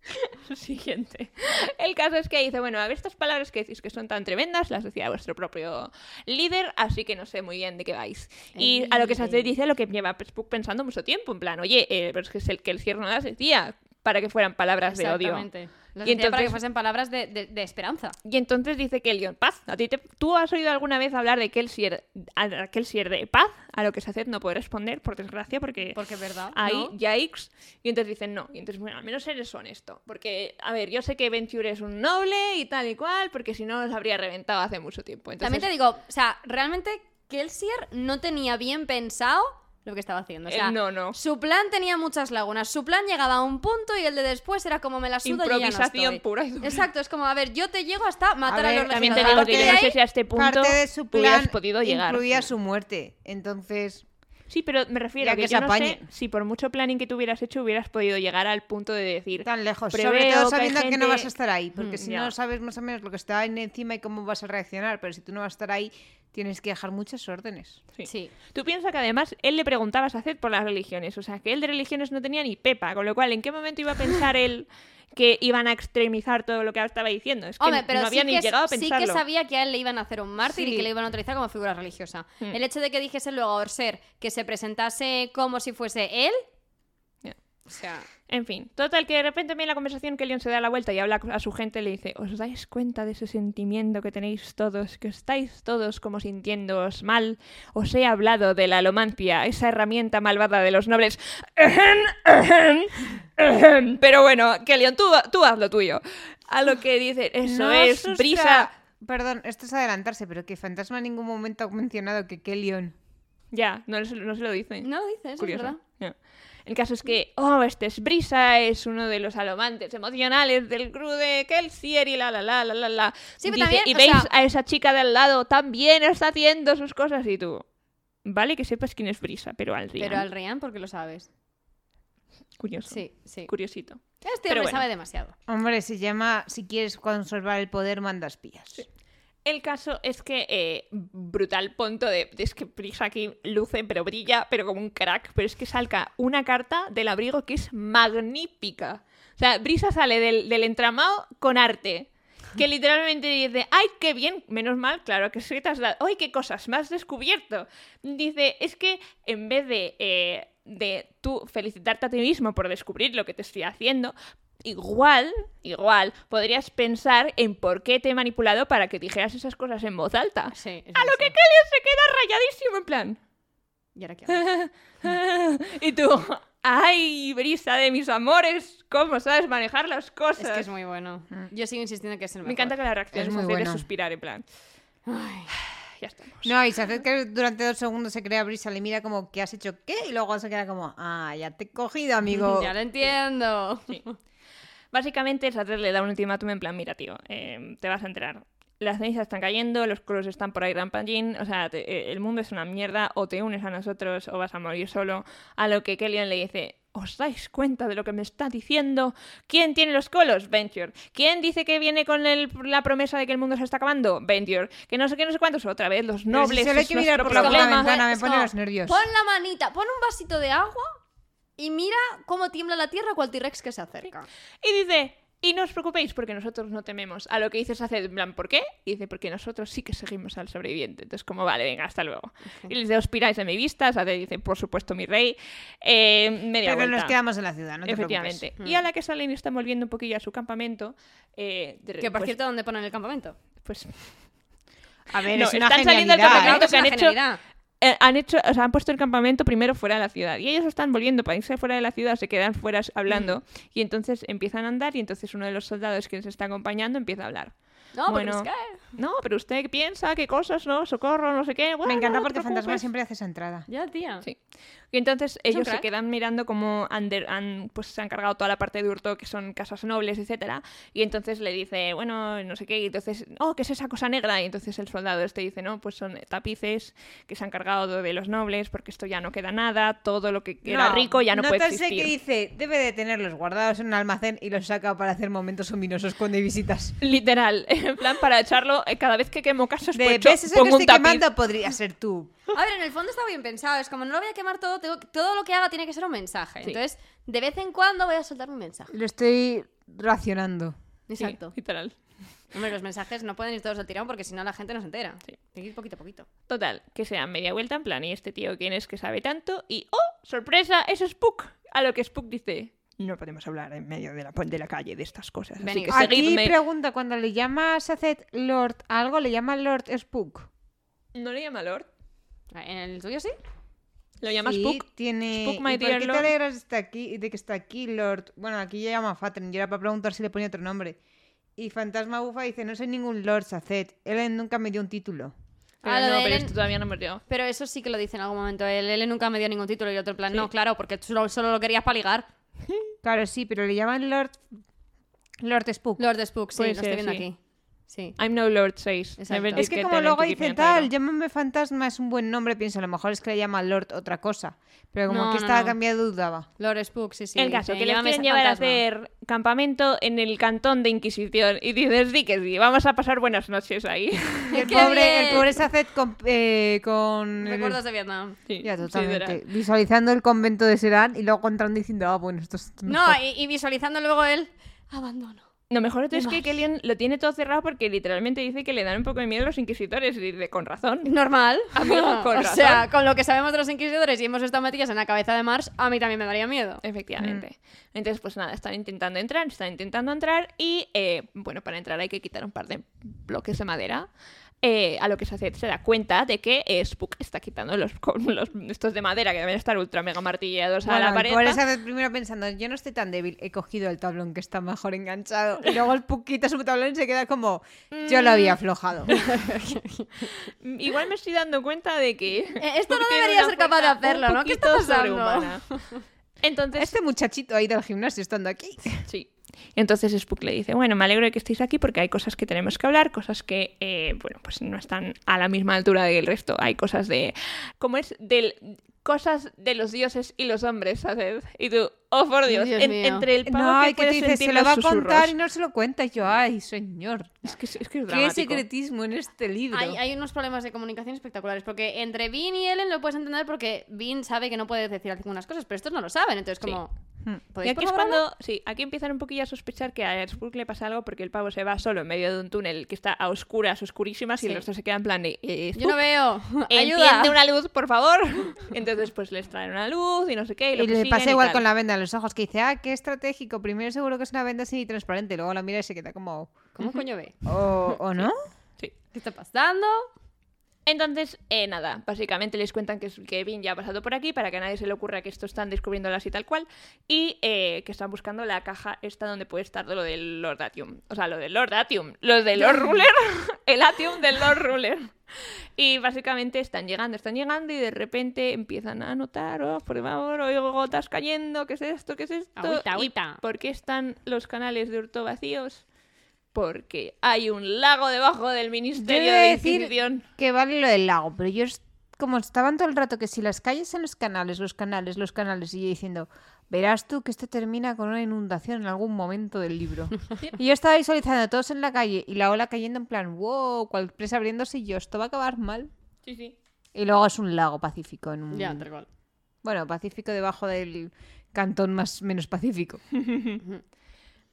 S2: Siguiente. El caso es que dice, bueno, a ver estas palabras que decís que son tan tremendas, las decía vuestro propio líder, así que no sé muy bien de qué vais. Y
S3: El
S2: a lo que se
S3: líder.
S2: dice lo que lleva Spook pensando mucho tiempo, en plan, oye, eh, pero es que es el que el cierre no las decía para que fueran palabras de odio.
S3: Exactamente. Lo
S2: Y
S3: sentía para
S2: entonces-
S3: que fuesen palabras de, de- de esperanza.
S2: Y entonces dice Kellyon, paz. ¿A ti te- ¿Tú has oído alguna vez hablar de Kelsier, a- a Kelsier de paz? A lo que Saced no puede responder, por desgracia, porque
S3: Porque es verdad.
S2: ahí
S3: ¿no?
S2: yikes. Y entonces dicen no. Y entonces, bueno, al menos eres honesto. Porque, a ver, yo sé que Venture es un noble y tal y cual, porque si no os habría reventado hace mucho tiempo. Entonces,
S3: También te digo, o sea, realmente Kelsier no tenía bien pensado lo que estaba haciendo. O sea,
S2: eh, no, no.
S3: Su plan tenía muchas lagunas. Su plan llegaba a un punto y el de después era como me la suda y ya no
S2: Improvisación
S3: estoy.
S2: pura y dura.
S3: Exacto, es como, a ver, yo te llego hasta matar a,
S1: A ver,
S3: los
S2: También te
S1: Imagino,
S2: digo
S3: legionarios.
S1: parte de
S2: que yo no sé
S1: ahí,
S2: si a este punto
S1: Parte de su
S2: hubieras
S1: plan
S2: podido llegar.
S1: incluía su muerte, entonces
S2: Sí, pero me refiero
S1: Ya
S2: a que,
S1: que se
S2: yo no sé
S1: apañe.
S2: si por mucho planning que tú hubieras hecho hubieras podido llegar al punto de decir
S1: tan lejos,
S2: Preveo
S1: sobre todo
S2: que hay
S1: sabiendo que,
S2: gente-
S1: no vas a estar ahí, porque
S3: Mm,
S1: si
S2: ya.
S1: no sabes más o menos lo que está en encima y cómo vas a reaccionar, pero si tú no vas a estar ahí, tienes que dejar muchas órdenes.
S2: Sí.
S3: Sí.
S2: Tú piensas que además él le preguntaba a Saced por las religiones, o sea, que él de religiones no tenía ni pepa, con lo cual, ¿en qué momento iba a pensar él que iban a extremizar todo lo que estaba diciendo? Es que
S3: Hombre, pero
S2: no había
S3: sí,
S2: ni
S3: que,
S2: llegado a
S3: sí que
S2: pensarlo.
S3: sabía que a él le iban a hacer un mártir y
S1: Sí.
S3: que le iban a utilizar como figura religiosa.
S2: Mm.
S3: El hecho de que dijese luego a Orser que se presentase como si fuese él.
S2: Ya.
S3: O sea,
S2: En fin, total que de repente en la conversación que Leon se da la vuelta y habla a su gente le dice, ¿os dais cuenta de ese sentimiento que tenéis todos, que estáis todos como sintiéndoos mal? Os he hablado de la alomancia, esa herramienta malvada de los nobles. Ejem, ejem, ejem. Pero bueno, Kellyon, tú, tú haz lo tuyo. A lo que dice, eso
S1: No
S2: es,
S1: asustra-
S2: brisa.
S1: Perdón, esto es adelantarse, pero que Fantasma en ningún momento ha mencionado que Kellyon.
S2: Ya, no, se- no se lo dice.
S3: no lo dices, es
S2: Curioso.
S3: verdad.
S2: Ya. El caso es que, oh, este es Brisa, es uno de los alomantes emocionales del crew de Kelsier y la la la la la la.
S3: Sí, pero
S2: Dice,
S3: también,
S2: y
S3: o
S2: veis
S3: sea-
S2: a esa chica de al lado, también está haciendo sus cosas y tú. Vale que sepas quién es Brisa, pero al
S3: Pero al Rian, porque lo sabes.
S2: Curioso.
S3: Sí, sí.
S2: Curiosito.
S3: Este
S2: Pero
S3: hombre
S2: bueno.
S3: sabe demasiado.
S1: Hombre, se llama si quieres conservar el poder, mandas pillas.
S2: El caso es que eh, brutal punto de... Es que Brisa aquí luce, pero brilla, pero como un crack. Pero es que salga una carta del abrigo que es magnífica. O sea, Brisa sale del, del entramado con arte. Que literalmente dice, ay, qué bien, menos mal, claro, que sí te has dado, ay, qué cosas, me has descubierto. Dice, es que en vez de, eh, de tú felicitarte a ti mismo por descubrir lo que te estoy haciendo, igual, igual, podrías pensar en por qué te he manipulado para que dijeras esas cosas en voz alta.
S3: Sí,
S2: Ah, A lo que Kelly se queda rayadísimo en plan.
S3: ¿Y ahora qué hago?
S2: y tú, ay, brisa de mis amores, ¿cómo sabes manejar las cosas?
S3: Es que es muy bueno. Yo sigo insistiendo que es el mejor.
S2: Mm. Me encanta que la reacción
S1: Es
S2: es
S1: muy
S2: hacer de
S1: bueno.
S2: suspirar en plan.
S3: Ay.
S2: Ya estamos.
S1: No, y se hace que durante dos segundos se crea brisa, le mira como que has hecho qué, y luego se queda como, ah, ya te he cogido, amigo.
S3: Ya lo entiendo.
S2: Básicamente, Sater le da un ultimátum en plan, mira, tío, eh, te vas a enterar. las cenizas están cayendo, los coros están por ahí rampaging, o sea, te- eh, el mundo es una mierda, o te unes a nosotros o vas a morir solo. A lo que Kellyan le dice, ¿os dais cuenta de lo que me está diciendo? ¿Quién tiene los colos? Venture. ¿Quién dice que viene con el- la promesa de que el mundo se está acabando? Venture. Que no sé qué, no sé cuántos, otra vez, los
S1: Pero si
S2: nobles, ¿eh?
S1: solo hay
S2: es
S1: que mirar
S2: nuestro
S1: por la puerta de
S2: problema.
S1: la ventana, me
S3: Es
S1: pone
S3: como,
S1: los nervios.
S3: Pon la manita, pon un vasito de agua y mira cómo tiembla la tierra cual T-Rex que se acerca.
S2: Y dice, y no os preocupéis porque nosotros no tememos. A lo que dices hace, en plan, ¿por qué? Y dice, porque nosotros sí que seguimos al sobreviviente. Entonces, como, vale, venga, hasta luego. Y le dice, os piráis de mi vista. O sea, te dice, por supuesto, mi rey. Eh, media
S1: Pero
S2: vuelta.
S1: nos quedamos en la ciudad, no te
S2: Efectivamente.
S1: preocupes. Mm.
S2: Y a la que salen y están volviendo un poquillo a su campamento. eh, de-
S3: Que por
S2: pues-
S3: cierto, ¿dónde ponen el campamento?
S2: pues,
S1: A ver,
S2: No,
S1: es una
S2: están saliendo
S1: genialidad.
S2: al campamento.
S1: ¿eh?
S3: es
S2: que
S3: una
S2: han hecho-
S3: genialidad.
S2: eh, han hecho, o sea, han puesto el campamento primero fuera de la ciudad y ellos están volviendo para irse fuera de la ciudad, se quedan fuera hablando
S1: Mm.
S2: y entonces empiezan a andar y entonces uno de los soldados que les está acompañando empieza a hablar.
S3: No,
S2: Bueno.
S3: pero es que...
S2: No, pero usted piensa qué cosas, ¿no? Socorro, no sé qué. Bueno,
S1: Me encanta
S2: no te
S1: porque Fantasma
S2: preocupes.
S1: siempre hace esa entrada.
S3: Ya, tía.
S2: Sí. Y entonces
S3: Es un
S2: ellos se
S3: crack.
S2: quedan mirando cómo han, de- han, pues, se han cargado toda la parte de Urto, que son casas nobles, etcétera Y entonces le dice, bueno, no sé qué. Y entonces, oh, ¿qué es esa cosa negra? Y entonces el soldado este dice, no, pues son tapices que se han cargado de los nobles, porque esto ya no queda nada, todo lo que era
S1: No,
S2: rico ya no, puede
S1: nótase
S2: existir.
S1: que dice, debe de tenerlos guardados en un almacén y los saca para hacer momentos ominosos cuando hay visitas.
S2: Literal, en plan, para echarlo, eh, cada vez que quemo casas,
S1: De
S2: pues yo
S1: ves eso que
S2: pongo un
S1: estoy
S2: tapiz.
S1: quemando podría ser tú.
S3: A ver, en el fondo está bien pensado. Es como no lo voy a quemar todo, tengo- todo lo que haga tiene que ser un mensaje.
S2: Sí.
S3: Entonces, de vez en cuando voy a soltar un mensaje.
S1: Lo estoy racionando.
S2: Sí,
S3: Exacto.
S2: literal.
S3: Hombre, los mensajes no pueden ir todos al tirón porque si no la gente no se entera.
S2: Sí.
S3: Hay que ir poquito a poquito.
S2: Total, que se dan media vuelta en plan, ¿y este tío quién es que sabe tanto? Y ¡oh! ¡Sorpresa! ¡Es Spook! A lo que Spook dice, no podemos hablar en medio de la, de la calle de estas cosas, así
S3: Venid.
S2: que
S1: Aquí
S2: seguidme.
S1: pregunta, cuando le llama Sacet Lord a algo, le llama Lord Spook.
S2: ¿No le llama Lord?
S3: ¿En el tuyo sí?
S2: ¿Lo llama
S1: Sí,
S2: Spook?
S1: Tiene...
S2: Spook, my
S1: ¿Y por
S2: dear
S1: qué
S2: Lord?
S1: te alegras de, estar aquí, de que está aquí Lord? Bueno, aquí ya llama Fatren, yo era para preguntar si le ponía otro nombre. Y Fantasma Bufa dice, no soy ningún Lord Sacet, Ellen nunca me dio un título.
S2: Pero
S3: Ah, lo
S2: no,
S3: de
S2: pero
S3: Ellen-
S2: esto todavía no hemos llegado.
S3: Pero eso sí que lo dice en algún momento. El L nunca me dio ningún título y el otro en plan,
S2: Sí.
S3: no, claro, porque tú solo, solo lo querías para ligar.
S1: Claro, sí, pero le llaman Lord... Lord Spook.
S3: Lord Spook, sí,
S2: Puede
S3: lo estoy
S2: ser,
S3: viendo
S2: Pues sí.
S3: aquí. Sí.
S2: I'm no Lord 6.
S3: Exacto.
S1: Es que como luego dicen tal, llámame fantasma es un buen nombre, pienso, a lo mejor es que le llama Lord otra cosa. Pero como
S3: No,
S1: que
S3: no,
S1: estaba
S3: no.
S1: cambiado, dudaba.
S3: Lord Spook, sí, sí.
S2: el caso,
S3: dice,
S2: que les
S3: "Llévame
S2: quieren
S3: esa
S2: llevar a
S3: fantasma".
S2: hacer campamento en el cantón de Inquisición. Y dices, sí que sí, vamos a pasar buenas noches ahí.
S1: Y el
S3: ¡Qué
S1: pobre, el
S3: bien!
S1: pobre Saced con... eh, con-
S3: Recuerdos de Vietnam.
S2: Sí,
S1: Ya,
S2: sí,
S1: totalmente.
S2: literal.
S1: Visualizando el convento de Serán y luego entrando diciendo, ah, bueno, esto es
S3: No,
S1: mejor".
S3: y, y visualizando luego el abandono.
S2: Lo mejor de todo es que Kellyan lo tiene todo cerrado porque literalmente dice que le dan un poco de miedo a los inquisitores y dice, con razón.
S3: Normal.
S2: Amigo, con
S3: o
S2: razón.
S3: sea, con lo que sabemos de los inquisidores y hemos estado metidas en la cabeza de Mars, a mí también me daría miedo.
S2: Efectivamente. Entonces, pues nada, están intentando entrar, están intentando entrar y, eh, bueno, para entrar hay que quitar un par de bloques de madera. eh, a lo que se hace, se da cuenta de que eh, Spook está quitando los, con los- estos de madera que deben estar ultra mega martillados a
S1: Bueno,
S2: la pared.
S1: el pobre Saced primero pensando, yo no estoy tan débil, he cogido el tablón que está mejor enganchado. Y luego el puquita su tablón y se queda como, yo lo había aflojado.
S2: Mm. Igual me estoy dando cuenta de que.
S3: Eh, esto no
S2: Spook tiene
S3: debería
S2: una
S3: ser capaz de
S2: fuerza un
S3: hacerlo, ¿no? ¿Qué está
S2: poquito
S3: pasando?
S2: sobrehumana. Entonces,
S1: Este muchachito ahí del gimnasio estando aquí.
S2: Sí. Entonces Spook le dice, bueno, me alegro de que estéis aquí porque hay cosas que tenemos que hablar, cosas que, eh, bueno, pues no están a la misma altura del resto. Hay cosas de, ¿cómo es? Del, cosas de los dioses y los hombres, ¿sabes? Y tú, oh, por Dios,
S3: Dios
S2: en-
S3: mío.
S2: entre el pavo
S1: No, y
S2: que,
S1: que
S2: puede
S1: te dice,
S2: sentir
S1: se lo
S2: los
S1: va a
S2: susurros".
S1: contar y no se lo cuenta. Y yo, ay, señor,
S2: Es que es, es que
S1: qué
S2: es dramático.
S1: secretismo en este libro.
S3: Hay, hay unos problemas de comunicación espectaculares, porque entre Vin y Ellen lo puedes entender porque Vin sabe que no puede decir algunas cosas, pero estos no lo saben, entonces como...
S1: Hmm.
S2: Y
S3: ¿podéis,
S2: aquí
S3: por
S2: es
S3: favor, hablar?
S2: cuando, sí, aquí empiezan un poquillo a sospechar que a Spook le pasa algo porque el pavo se va solo en medio de un túnel que está a oscuras, oscurísimas, y
S3: Sí.
S2: el resto se queda en plan de, eh,
S3: Yo no
S2: Spook,
S3: veo. Ayuda.
S2: Enciende una luz, por favor. Entonces, pues les traen una luz y no sé qué. Y, lo
S1: Y
S2: que
S1: le
S2: siguen
S1: pasa
S2: y
S1: igual
S2: tal.
S1: con la venda en los ojos, que dice, ah, qué estratégico. Primero seguro que es una venda así transparente, luego la mira y se queda como, "Oh,
S3: ¿Cómo coño ve?
S1: o, o no.
S2: Sí.
S3: ¿Qué está pasando?
S2: Entonces, eh, nada, básicamente les cuentan que, que Vin ya ha pasado por aquí para que a nadie se le ocurra que esto están descubriéndolas y tal cual. Y eh, que están buscando la caja esta donde puede estar lo del Lord Atium. O sea, lo del Lord Atium. Lo del Lord Ruler. El Atium del Lord Ruler. Y básicamente están llegando, están llegando y de repente empiezan a notar, oh, por favor, oigo gotas cayendo, ¿qué es esto? ¿Qué es esto?
S3: Agüita,
S2: ¿Y
S3: agüita.
S2: ¿Por qué están los canales de Urto vacíos? Porque hay un lago debajo del Ministerio
S1: Yo he de
S2: de
S1: decir-
S2: Inquisición.
S1: Que vale lo del lago, pero yo es- como estaban todo el rato que si las calles en los canales, los canales, los canales, y yo diciendo, verás tú que esto termina con una inundación en algún momento del libro. y yo estaba visualizando a todos en la calle y la ola cayendo en plan, wow, cual presa abriéndose y yo, esto va a acabar mal.
S2: Sí, sí.
S1: Y luego es un lago pacífico en un...
S2: Mm.
S3: Ya, tal cual.
S1: Bueno, pacífico debajo del cantón más menos pacífico.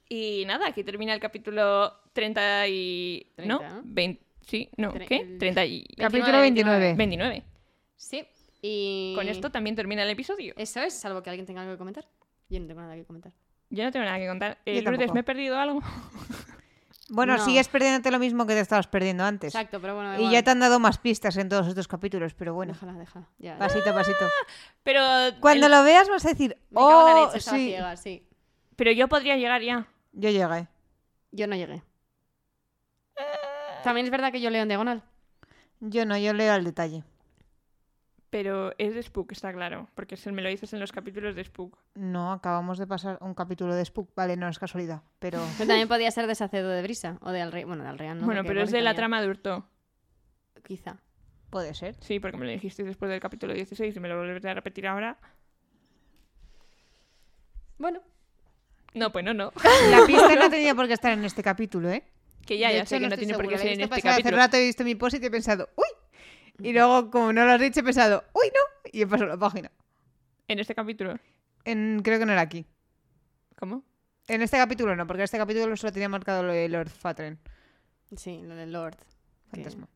S2: Y nada, aquí termina el capítulo 30 y...
S3: Treinta,
S2: ¿No?
S3: ¿no?
S2: Vein- Sí, no,
S3: Tre-
S2: ¿qué?
S3: el-
S2: 30 y...
S1: Capítulo 29.
S2: 29.
S3: Sí. Y.
S2: Con esto también termina el episodio.
S3: Eso es, salvo que alguien tenga algo que comentar. Yo no tengo nada que comentar.
S2: Yo no tengo nada que contar.
S1: Yo
S2: Eh, Lourdes,
S1: tampoco.
S2: ¿me he perdido algo?
S1: Bueno,
S3: No.
S1: sigues perdiéndote lo mismo que te estabas perdiendo antes.
S3: Exacto, pero bueno. da
S1: Y
S3: igual.
S1: ya te han dado más pistas en todos estos capítulos, pero bueno,
S3: Déjala, déjala. Ya, ya.
S1: pasito a pasito.
S2: Pero...
S1: Cuando
S2: el-
S1: lo veas vas a decir,
S3: Me cago en la
S1: oh,
S3: leche, estaba
S1: sí,
S3: ciega, sí.
S2: Pero yo podría llegar ya.
S1: yo llegué.
S3: Yo no llegué.
S1: Eh.
S3: También es verdad que yo leo en diagonal.
S1: Yo no, yo leo al detalle.
S2: Pero es de Spook, está claro. Porque se me lo dices en los capítulos de Spook.
S1: No, acabamos de pasar un capítulo de Spook, vale, no es casualidad, pero
S3: Pero también podía ser de Sacedo de Brisa o de Alre... Bueno, de Alrean, ¿no?
S2: bueno,
S3: Porque
S2: pero es
S3: Bonnie
S2: de la
S3: también.
S2: trama de Hurto.
S3: Quizá.
S1: puede ser.
S2: Sí, porque me lo dijiste después del capítulo 16 y me lo volvés a repetir ahora.
S3: Bueno,
S2: No, pues no, no.
S1: La pista no tenía por qué estar en este capítulo, ¿eh?
S2: Que ya,
S1: De
S2: ya
S1: hecho,
S2: sé que no,
S1: estoy
S2: tiene por qué
S1: segura, la he
S2: ser en
S1: visto
S2: este
S1: pasar
S2: capítulo.
S1: Hace rato he visto mi post y he pensado, ¡uy! Y luego, como no lo has dicho, he pensado, ¡uy, no! Y he pasado la página.
S2: En este capítulo.
S1: En- creo que no era aquí.
S2: ¿Cómo?
S1: En este capítulo no, porque en este capítulo solo tenía marcado lo de Lord Fatren,
S3: sí, lo del Lord. que-
S1: fantasma.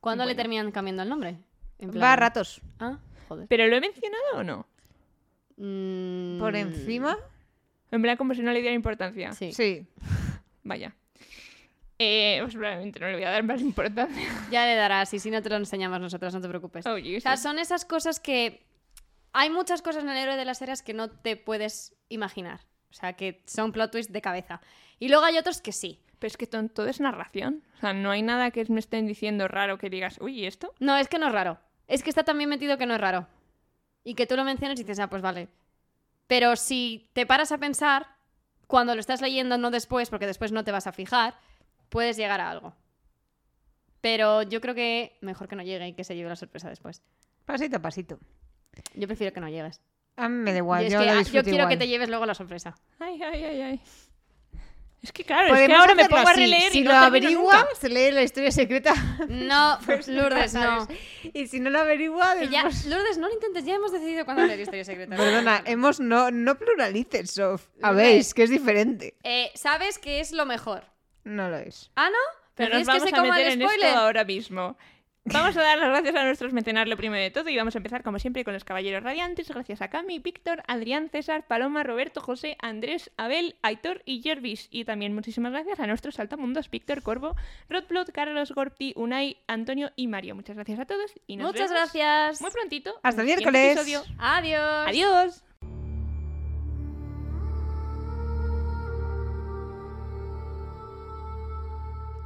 S3: ¿Cuándo le
S2: Bueno.
S3: terminan cambiando el nombre? En plan-
S1: Va a ratos.
S3: Ah, joder.
S2: ¿Pero lo he mencionado o no?
S3: Mm,
S1: Por encima,
S2: En plan, como si no le diera importancia.
S3: Sí.
S1: sí.
S2: Vaya. Eh, pues probablemente no le voy a dar más importancia.
S3: Ya le darás, y si no te lo enseñamos nosotras, no te preocupes.
S2: Oh, Jesus.
S3: O sea, son esas cosas que. Hay muchas cosas en el héroe de las eras que no te puedes imaginar. O sea, que son plot twists de cabeza. Y luego hay otros que sí.
S2: Pero es que ton- todo es narración. O sea, no hay nada que me estén diciendo raro que digas, uy, ¿y esto?
S3: No, es que no es raro. Es que está también metido que no es raro. Y que tú lo mencionas y dices, ah, pues vale. Pero si te paras a pensar, cuando lo estás leyendo, no después, porque después no te vas a fijar, puedes llegar a algo. Pero yo creo que mejor que no llegue y que se lleve la sorpresa después.
S1: Pasito a pasito.
S3: Yo prefiero que no llegues.
S1: A mí me da igual,
S3: Y es
S1: yo
S3: que,
S1: lo
S3: ah,
S1: disfruto
S3: quiero que
S1: igual.
S3: te lleves luego la sorpresa.
S2: Ay, ay, ay, ay. Es que claro, es que
S1: Podemos
S2: ahora me
S1: hacerlo
S2: pongo a
S1: así,
S2: releer
S1: si
S2: y no
S1: lo
S2: termino
S1: averigua,
S2: nunca.
S1: se lee la historia secreta.
S3: No, Lourdes, no.
S1: ¿sabes? Y si no lo averigua,
S3: Que ya-
S1: después...
S3: Lourdes, no lo intentes, ya hemos decidido cuándo leer historia secreta.
S1: Perdona, eh. hemos no, no pluralices, Sof. A
S3: Hombre.
S1: veis, que es diferente.
S3: Eh, Sabes que es lo mejor.
S1: No lo es.
S3: Ah, ¿no?
S2: Pero nos
S3: ¿Prefieres
S2: vamos
S3: que se
S2: a
S3: coma
S2: meter
S3: el
S2: en esto
S3: spoiler?
S2: ahora mismo. Vamos a dar las gracias a nuestros mecenas lo primero de todo y vamos a empezar como siempre con los caballeros radiantes. Gracias a Cami, Víctor, Adrián, César, Paloma, Roberto, José, Andrés, Abel, Aitor y Jervis. Y también muchísimas gracias a nuestros saltamundos Víctor, Corvo, Rodplot, Carlos, Gorti, Unai, Antonio y Mario. Muchas gracias a todos y nos
S3: Muchas
S2: vemos
S3: gracias.
S2: muy prontito.
S1: Hasta
S2: en
S1: el
S2: siguiente
S1: miércoles.
S2: episodio.
S3: Adiós.
S2: Adiós.